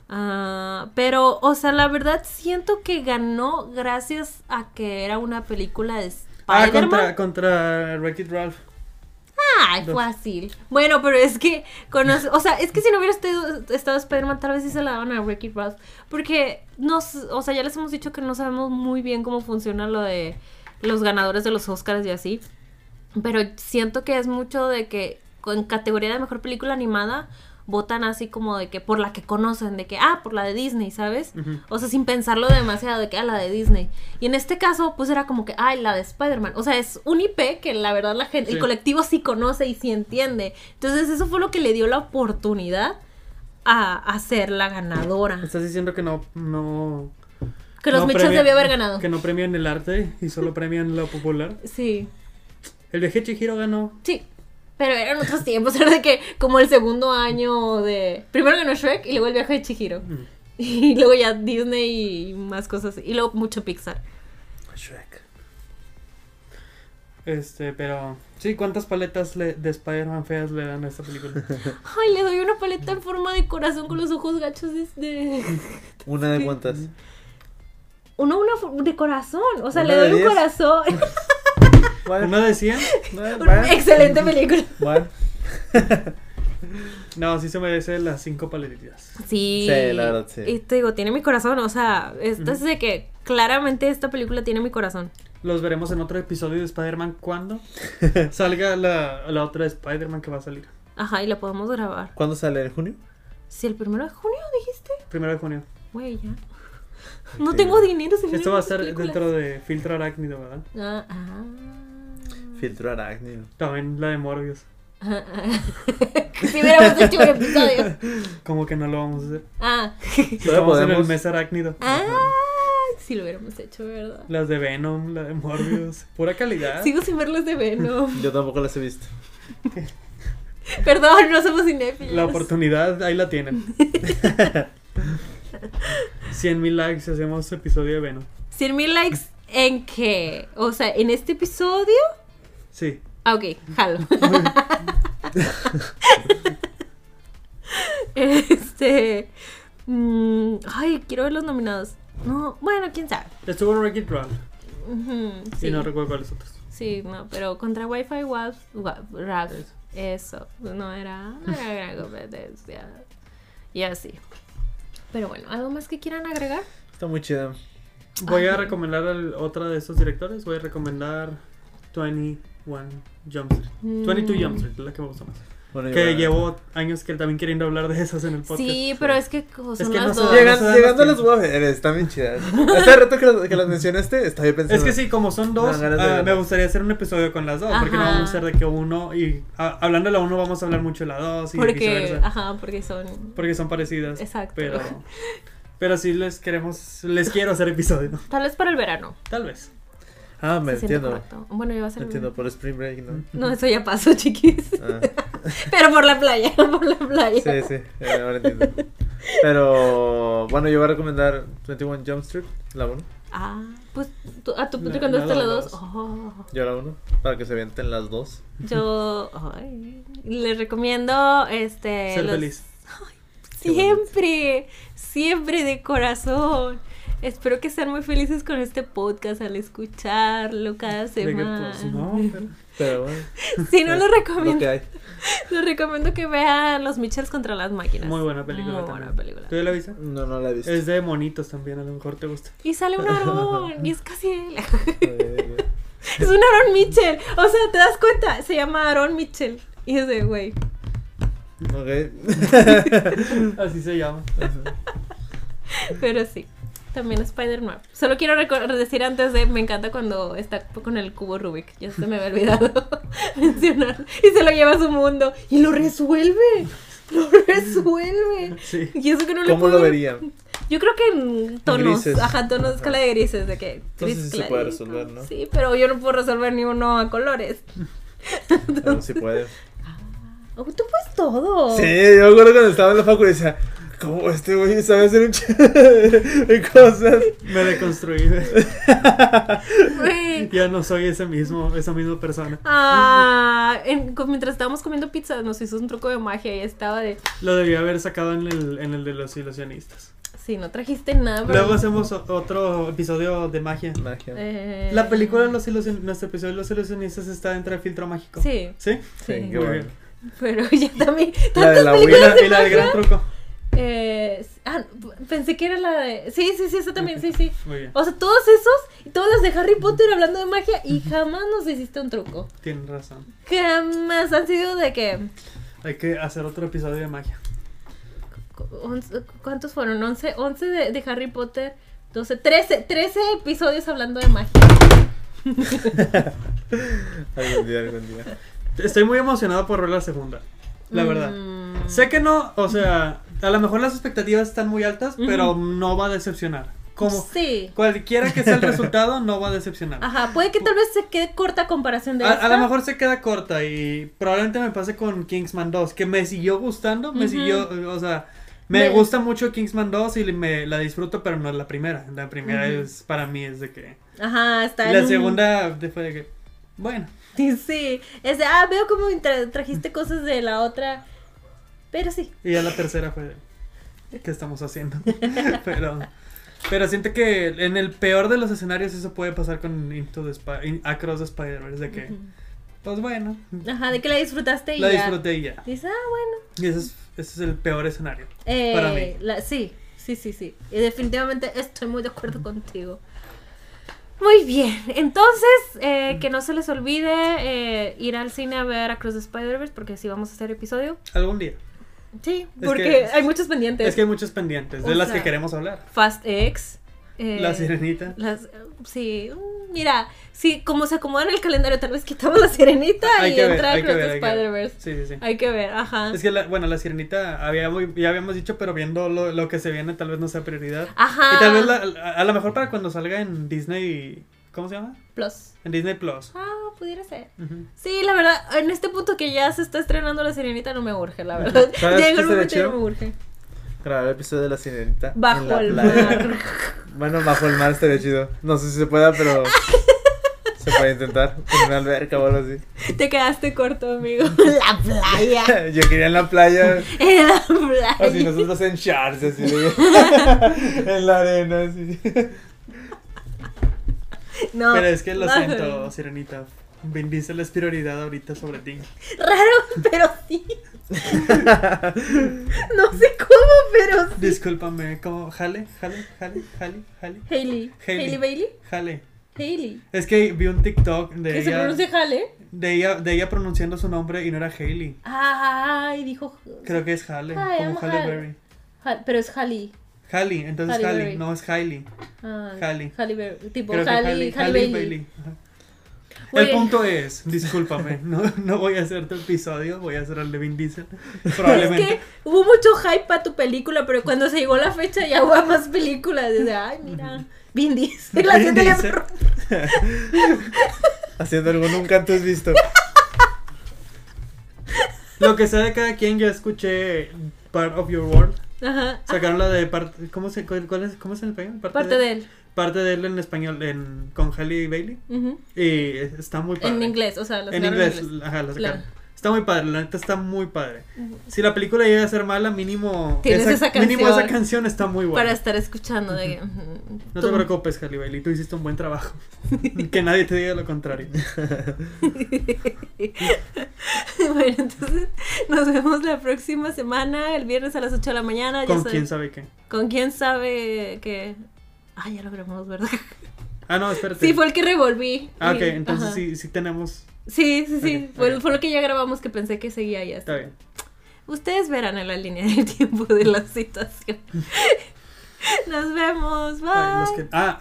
Speaker 2: Ah, pero, o sea, la verdad siento que ganó gracias a que era una película de
Speaker 3: Ah,
Speaker 2: Spider-Man.
Speaker 3: contra, contra Wreck-It Ralph.
Speaker 2: Ay, fácil. Bueno, pero es que, con los- o sea, es que si no hubiera estado, estado Spider-Man, tal vez sí se la daban a Ricky Ross. Porque, nos, o sea, ya les hemos dicho que no sabemos muy bien cómo funciona lo de los ganadores de los Oscars y así. Pero siento que es mucho de que en categoría de mejor película animada votan así como de que por la que conocen, de que, ah, por la de Disney, ¿sabes?
Speaker 3: Ujú.
Speaker 2: O sea, sin pensarlo demasiado de que a la de Disney. Y en este caso, pues era como que, ay, la de Spider-Man. O sea, es un IP que la verdad la gente,
Speaker 3: Sí.
Speaker 2: el colectivo sí conoce y sí entiende. Entonces, eso fue lo que le dio la oportunidad a, a ser la ganadora.
Speaker 3: Estás diciendo que no. no
Speaker 2: Que los
Speaker 3: no
Speaker 2: Mitchells
Speaker 3: premia-
Speaker 2: debió haber ganado.
Speaker 3: Que no premian el arte y solo premian lo popular.
Speaker 2: Sí,
Speaker 3: El viaje de Chihiro ganó.
Speaker 2: sí. Pero eran otros tiempos, era de que como el segundo año de... Primero ganó Shrek y luego el viaje de Chihiro.
Speaker 3: Mm.
Speaker 2: Y luego ya Disney y más cosas. Y luego mucho Pixar.
Speaker 3: Shrek. Este, pero. Sí, ¿cuántas paletas le- de Spider-Man feas le dan a esta película?
Speaker 2: Ay, le doy una paleta en forma de corazón con los ojos gachos de... de-
Speaker 1: Una de cuantas.
Speaker 2: Uno, una fo- de corazón. O sea,
Speaker 1: Una
Speaker 2: le
Speaker 1: de
Speaker 2: doy un
Speaker 1: diez.
Speaker 2: corazón.
Speaker 1: Bueno,
Speaker 3: ¿Una de 100?
Speaker 1: bueno,
Speaker 2: Excelente película.
Speaker 1: bueno.
Speaker 3: No, sí se merece las 5 paletitas.
Speaker 2: Sí.
Speaker 1: Sí, la verdad, sí.
Speaker 2: Y te digo, tiene mi corazón. O sea, esto es de que claramente esta película tiene mi corazón.
Speaker 3: Los veremos en otro episodio de Spider-Man cuando salga la, la otra de Spider-Man que va a salir.
Speaker 2: Ajá, y la podemos grabar.
Speaker 1: ¿Cuándo sale? ¿En junio?
Speaker 2: Si el primero de junio dijiste.
Speaker 3: Primero de junio.
Speaker 2: Güey, ya. No
Speaker 1: Sí.
Speaker 2: tengo dinero. se
Speaker 3: Esto
Speaker 2: vienen
Speaker 3: va a
Speaker 2: muchas
Speaker 3: estar
Speaker 2: películas.
Speaker 3: dentro de Filtro Arácnido, ¿verdad?
Speaker 2: Ah, ah.
Speaker 1: Filtro arácnido.
Speaker 3: También la de Morbius.
Speaker 2: Ah, ah. si hubiéramos hecho un episodio.
Speaker 3: Como que no lo vamos a hacer.
Speaker 2: Ah.
Speaker 1: Todavía
Speaker 3: Estamos en el
Speaker 1: podemos.
Speaker 3: mes arácnido.
Speaker 2: ah. Si lo hubiéramos hecho, ¿verdad?
Speaker 3: Las de Venom, la de Morbius. Pura calidad.
Speaker 2: Sigo sin ver las de Venom.
Speaker 1: Yo tampoco las he visto.
Speaker 2: Perdón, no somos cinéfilos.
Speaker 3: La oportunidad, ahí la tienen. 100 mil likes y hacemos episodio de Venom.
Speaker 2: 100 mil likes en qué? O sea, en este episodio.
Speaker 3: Sí.
Speaker 2: Ah, ok, jalo. este. mm, ay, quiero ver los nominados. No, bueno, quién sabe.
Speaker 3: Estuvo Wreck-It Ralph.
Speaker 2: Ujú, sí.
Speaker 3: Y no recuerdo cuáles otros.
Speaker 2: Sí, no, pero contra Wi-Fi Wap, Wap- Rap,
Speaker 3: Eso.
Speaker 2: eso, no era, no era gran competencia. Y así. Pero bueno, ¿algo más que quieran agregar?
Speaker 1: Está muy chida.
Speaker 2: Ah.
Speaker 3: Voy a
Speaker 2: Ajá.
Speaker 3: recomendar al- otra de estos directores. Voy a recomendar 21 Jump Street.
Speaker 2: Mm.
Speaker 3: 22 Jump Street, la que me gusta más.
Speaker 1: Bueno,
Speaker 3: Que
Speaker 1: ya-
Speaker 3: llevo años que también queriendo hablar de esas en el podcast.
Speaker 2: Sí, pero es que co- son
Speaker 3: que no
Speaker 2: las
Speaker 3: se
Speaker 2: dos.
Speaker 3: dan-
Speaker 1: Llegan-
Speaker 3: no se dan
Speaker 1: llegando a
Speaker 3: los
Speaker 1: las waffles, están bien chidas. Hace rato que las, que las mencionaste, estaba yo pensando.
Speaker 3: Es que sí, como son dos,
Speaker 1: Dan ganas de
Speaker 3: ah, me
Speaker 1: verlas.
Speaker 3: gustaría hacer un episodio con las dos, porque no
Speaker 2: Ajá.
Speaker 3: vamos a ser de que uno y ah, hablando de la uno vamos a hablar mucho de la dos y
Speaker 2: Porque,
Speaker 3: viceversa,
Speaker 2: ajá, porque son...
Speaker 3: porque son parecidas.
Speaker 2: Exacto.
Speaker 3: Pero, pero sí les queremos, les quiero hacer episodio,
Speaker 2: Tal vez para el verano.
Speaker 3: tal vez.
Speaker 1: Ah, me
Speaker 2: se siente Mm.
Speaker 1: entiendo.
Speaker 2: correcto. Bueno, yo va a ser...
Speaker 1: Me entiendo por Spring Break, ¿no?
Speaker 2: No, eso ya pasó, chiquis.
Speaker 1: Ah,
Speaker 2: Pero por la playa, por la playa.
Speaker 1: sí, sí, eh, ahora entiendo. Pero bueno, yo voy a recomendar 21 Jump Street, la 1.
Speaker 2: Ah, pues tú, a tu
Speaker 3: No,
Speaker 2: punto cuando
Speaker 3: no
Speaker 2: estás la
Speaker 3: las
Speaker 2: dos.
Speaker 3: dos.
Speaker 2: Oh.
Speaker 1: Yo la 1, para que se avienten las dos.
Speaker 2: Yo ay, les recomiendo este
Speaker 3: Ser
Speaker 2: los-
Speaker 3: feliz.
Speaker 1: Qué bonito.
Speaker 2: siempre, siempre de corazón. Espero que sean muy felices con este podcast al escucharlo cada
Speaker 3: De que,
Speaker 2: semana.
Speaker 3: pues, no, pero-
Speaker 1: Pero bueno,
Speaker 2: Si no lo
Speaker 1: lo que
Speaker 2: recomiendo,
Speaker 1: hay.
Speaker 2: les recomiendo que vean Los Mitchells contra las máquinas.
Speaker 3: Muy buena película
Speaker 2: Muy
Speaker 3: también.
Speaker 2: buena película.
Speaker 3: ¿Tú ya la viste?
Speaker 1: No, no la he visto.
Speaker 3: Es de monitos también, a lo mejor te gusta.
Speaker 2: Y sale un Aaron y es casi él.
Speaker 1: Eh,
Speaker 2: Es un Aaron Mitchell. O sea, ¿te das cuenta? Se llama Aaron Mitchell. Y es de, güey.
Speaker 1: ok.
Speaker 3: Así se llama.
Speaker 2: Pero sí. También Spider-Man. Solo quiero reco- decir antes de. Me encanta cuando está con el cubo Rubik. Ya se me había olvidado mencionar. Y se lo lleva a su mundo. Y lo resuelve. Lo resuelve.
Speaker 3: Sí.
Speaker 2: Y eso que no le
Speaker 1: ¿Cómo lo
Speaker 2: puedo-
Speaker 1: verían?
Speaker 2: Yo creo que en tonos.
Speaker 1: grises.
Speaker 2: Ajá, tonos, escala de grises. De que.
Speaker 1: Entonces
Speaker 2: gris
Speaker 1: sí se puede
Speaker 2: clarito.
Speaker 1: resolver, ¿no?
Speaker 2: Sí, pero yo no puedo resolver ni uno a colores.
Speaker 1: Pero sí puede.
Speaker 2: Oh, tú puedes todo.
Speaker 1: Sí, yo me acuerdo cuando estaba en la facultad decía, ¿cómo este güey sabe hacer un chingo de cosas?
Speaker 3: Me deconstruí.
Speaker 2: Güey.
Speaker 3: ya no soy ese mismo, esa misma persona.
Speaker 2: Ah, en- co- mientras estábamos comiendo pizza nos hizo un truco de magia y estaba de,
Speaker 3: Lo debía haber sacado en el, en el de los ilusionistas.
Speaker 2: sí, no trajiste nada. pero-
Speaker 3: Luego hacemos o- otro episodio de magia.
Speaker 1: Magia.
Speaker 2: Eh,
Speaker 3: La película de los ilusionistas, nuestro episodio de los ilusionistas está dentro del filtro mágico.
Speaker 2: Sí,
Speaker 3: ¿Sí?
Speaker 1: Sí,
Speaker 2: sí.
Speaker 1: qué
Speaker 3: Muy
Speaker 1: bueno.
Speaker 2: Pero ya también...
Speaker 1: La de
Speaker 2: tantas
Speaker 1: la
Speaker 3: Y
Speaker 2: películas
Speaker 3: la,
Speaker 2: de
Speaker 3: y la del
Speaker 2: magia.
Speaker 3: gran truco.
Speaker 2: Eh, s- ah, p- pensé que era la de... Sí, sí, sí, esa también, sí, sí.
Speaker 3: Muy bien.
Speaker 2: O sea, todos esos, y todos los de Harry Potter hablando de magia y jamás nos hiciste un truco.
Speaker 3: Tienes razón.
Speaker 2: Jamás han sido de que...
Speaker 3: Hay que hacer otro episodio de magia.
Speaker 2: cu- once- ¿Cuántos fueron? 11, 11 de, de Harry Potter, 12, 13, 13 episodios hablando de magia.
Speaker 1: Algún día, algún día.
Speaker 3: Estoy muy emocionado por ver la segunda. La verdad.
Speaker 2: Mm.
Speaker 3: Sé que no, o sea, a lo mejor las expectativas están muy altas,
Speaker 2: Ujú.
Speaker 3: pero no va a decepcionar. Como
Speaker 2: Sí.
Speaker 3: cualquiera que sea el resultado, no va a decepcionar.
Speaker 2: Ajá, puede que tal vez se quede corta comparación de
Speaker 3: A,
Speaker 2: esta.
Speaker 3: a lo mejor se queda corta y probablemente me pase con Kingsman 2, que me siguió gustando, me
Speaker 2: Ujú.
Speaker 3: siguió, o sea, me,
Speaker 2: Me-
Speaker 3: gusta mucho Kingsman 2 y me la disfruto, pero no es la primera. La primera
Speaker 2: Ujú.
Speaker 3: es para mí es de que
Speaker 2: Ajá, está en
Speaker 3: la
Speaker 2: un-
Speaker 3: segunda de- fue de que bueno,
Speaker 2: Sí, sí. Es de, ah, veo como tra- trajiste cosas de la otra. Pero sí.
Speaker 3: y ya la tercera fue de ¿qué estamos haciendo? pero pero siento que en el peor de los escenarios eso puede pasar con Into the Spi- in- Across the Spider-Man, es de que pues bueno,
Speaker 2: Ajá, de que la disfrutaste y
Speaker 3: la
Speaker 2: ya.
Speaker 3: disfruté y ya.
Speaker 2: Dices, ah, bueno.
Speaker 3: Y ese es, ese es el peor escenario.
Speaker 2: Eh,
Speaker 3: Para mí.
Speaker 2: la- sí, sí, sí, sí. Y definitivamente estoy muy de acuerdo contigo. Muy bien, entonces eh, que no se les olvide eh, ir al cine a ver a Cross the Spider-Verse porque sí vamos a hacer episodio.
Speaker 3: Algún día.
Speaker 2: Sí,
Speaker 3: que-
Speaker 2: porque hay muchos pendientes.
Speaker 3: Es que hay muchos pendientes, de
Speaker 2: Este, O
Speaker 3: las
Speaker 2: sea,
Speaker 3: que queremos hablar.
Speaker 2: Fast X. eh,
Speaker 3: la sirenita.
Speaker 2: las- sí, mm, mira, sí, como se acomoda en el calendario, tal vez quitamos la sirenita y entra
Speaker 3: hay
Speaker 2: el Cross
Speaker 3: que ver,
Speaker 2: the
Speaker 3: hay que ver.
Speaker 2: Spider-Verse.
Speaker 3: Sí, sí, sí.
Speaker 2: Hay que ver, ajá.
Speaker 3: Es que, la- bueno, la sirenita había muy- ya habíamos dicho, pero viendo lo, lo que se viene, tal vez no sea prioridad.
Speaker 2: Ajá.
Speaker 3: Y tal vez, la- a, a lo mejor para cuando salga en Disney. ¿Cómo se llama?
Speaker 2: Plus.
Speaker 3: En Disney Plus.
Speaker 2: Ah, pudiera ser.
Speaker 3: Ujú.
Speaker 2: Sí, la verdad, en este punto que ya se está estrenando la sirenita no me urge, la verdad.
Speaker 1: ¿Sabes qué
Speaker 2: Llega un
Speaker 1: estaría
Speaker 2: momento que no
Speaker 1: chido?
Speaker 2: me urge.
Speaker 1: Grabar el episodio de la sirenita. en
Speaker 2: Bajo
Speaker 1: la
Speaker 2: el
Speaker 1: playa.
Speaker 2: mar.
Speaker 1: Bueno, bajo el mar estaría chido. No sé si se pueda, pero se puede intentar. En una alberca o algo así.
Speaker 2: Te quedaste corto, amigo. La playa.
Speaker 1: Yo quería en la playa.
Speaker 2: En la playa.
Speaker 1: Así nosotros en shorts, así de- en la arena, así.
Speaker 2: No.
Speaker 3: Pero es que lo
Speaker 2: bajo el-
Speaker 3: siento, sirenita. Vin Diesel es prioridad ahorita sobre ti.
Speaker 2: Raro, pero sí. no sé cómo, pero sí.
Speaker 3: Discúlpame, ¿cómo? Jale, jale, jale, jale, jale.
Speaker 2: Hailey.
Speaker 3: Hailey.
Speaker 2: Hailey Bailey.
Speaker 3: Jale.
Speaker 2: Hailey.
Speaker 3: Es que vi un TikTok de
Speaker 2: Que se
Speaker 3: ella,
Speaker 2: pronuncia Hale.
Speaker 3: de ella de ella pronunciando su nombre y no era Hailey.
Speaker 2: Ay, dijo.
Speaker 3: Creo que es Halle,
Speaker 2: Ay,
Speaker 3: como
Speaker 2: I'm
Speaker 3: Halle
Speaker 2: Halle.
Speaker 3: Berry.
Speaker 2: Hal- pero es Halle.
Speaker 3: Halle, entonces
Speaker 2: Halle
Speaker 3: Halle,
Speaker 2: Berry.
Speaker 3: no es Hailey.
Speaker 2: Ah,
Speaker 3: Halle.
Speaker 2: Halle Berry, Tipo
Speaker 3: Creo que
Speaker 2: Halle, Halle, Bailey.
Speaker 3: Ajá.
Speaker 2: Güey.
Speaker 3: El punto es, discúlpame, no, no voy a hacer tu episodio, voy a hacer el de Vin Diesel. Probablemente.
Speaker 2: Es que hubo mucho hype para tu película, pero cuando se llegó la fecha ya hubo más películas. Desde, ay, mira, Vin Diesel. La
Speaker 3: Vin
Speaker 2: gente ya-
Speaker 3: Diesel.
Speaker 1: Haciendo algo nunca antes visto.
Speaker 3: Lo que sea de cada quien, yo escuché Part of Your World.
Speaker 2: Ajá.
Speaker 3: Sacaron la de parte. ¿Cómo se, cuál, cuál es, ¿Cómo se le español?
Speaker 2: Parte de él.
Speaker 3: Parte de él en español, en, con Halle Bailey.
Speaker 2: Ujú.
Speaker 3: Y está muy padre.
Speaker 2: En inglés, o sea, las
Speaker 3: En
Speaker 2: narran en
Speaker 3: inglés, ajá, la sacaron.
Speaker 2: Claro.
Speaker 3: Está muy padre, la neta está muy padre. Si la película llega a ser mala, mínimo.
Speaker 2: Tienes esa
Speaker 3: Mínimo
Speaker 2: canción.
Speaker 3: esa canción está muy buena.
Speaker 2: Para estar escuchando de.
Speaker 3: No
Speaker 2: Tú-
Speaker 3: te preocupes, Halle Bailey, tú hiciste un buen trabajo. que nadie te diga lo contrario.
Speaker 2: bueno, entonces nos vemos la próxima semana, el viernes a las 8 de la mañana. ya
Speaker 3: Con
Speaker 2: saben-
Speaker 3: quién sabe qué.
Speaker 2: Con quién sabe que. Ah, ya lo grabamos, ¿verdad?
Speaker 3: Ah, no, espérate.
Speaker 2: Sí, fue el que revolví.
Speaker 3: Ah, ok,
Speaker 2: Y-
Speaker 3: entonces
Speaker 2: ajá.
Speaker 3: sí, sí tenemos.
Speaker 2: Sí, sí, sí.
Speaker 3: Ok,
Speaker 2: fue,
Speaker 3: ok.
Speaker 2: fue lo que ya grabamos que pensé que seguía ya.
Speaker 3: Está bien.
Speaker 2: Ustedes verán en la línea del tiempo de la situación. Nos vemos. Bye.
Speaker 3: Ay, los que- Ah,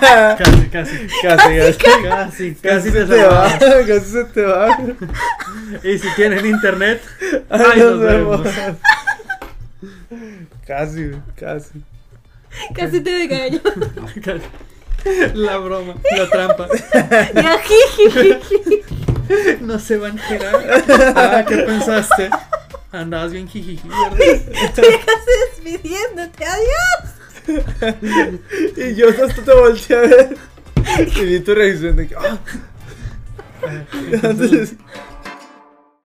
Speaker 2: Ah.
Speaker 3: casi, casi.
Speaker 1: Casi, casi.
Speaker 3: Casi, casi te
Speaker 1: te va,
Speaker 3: salvaba.
Speaker 1: casi se te va.
Speaker 3: Y si tienen internet, ay, nos vemos.
Speaker 1: Casi, casi.
Speaker 2: Casi te engaño.
Speaker 3: La broma, la trampa.
Speaker 2: Ya, jiji.
Speaker 3: No se van a girar. Ah, ¿qué pensaste? Andabas bien jijiji, ¿verdad?
Speaker 2: Te dejas despidiéndote. Adiós.
Speaker 1: Y yo hasta te volteé a ver. Y vi tu reacción de que. ah.
Speaker 3: Ah, entonces-
Speaker 1: Entonces,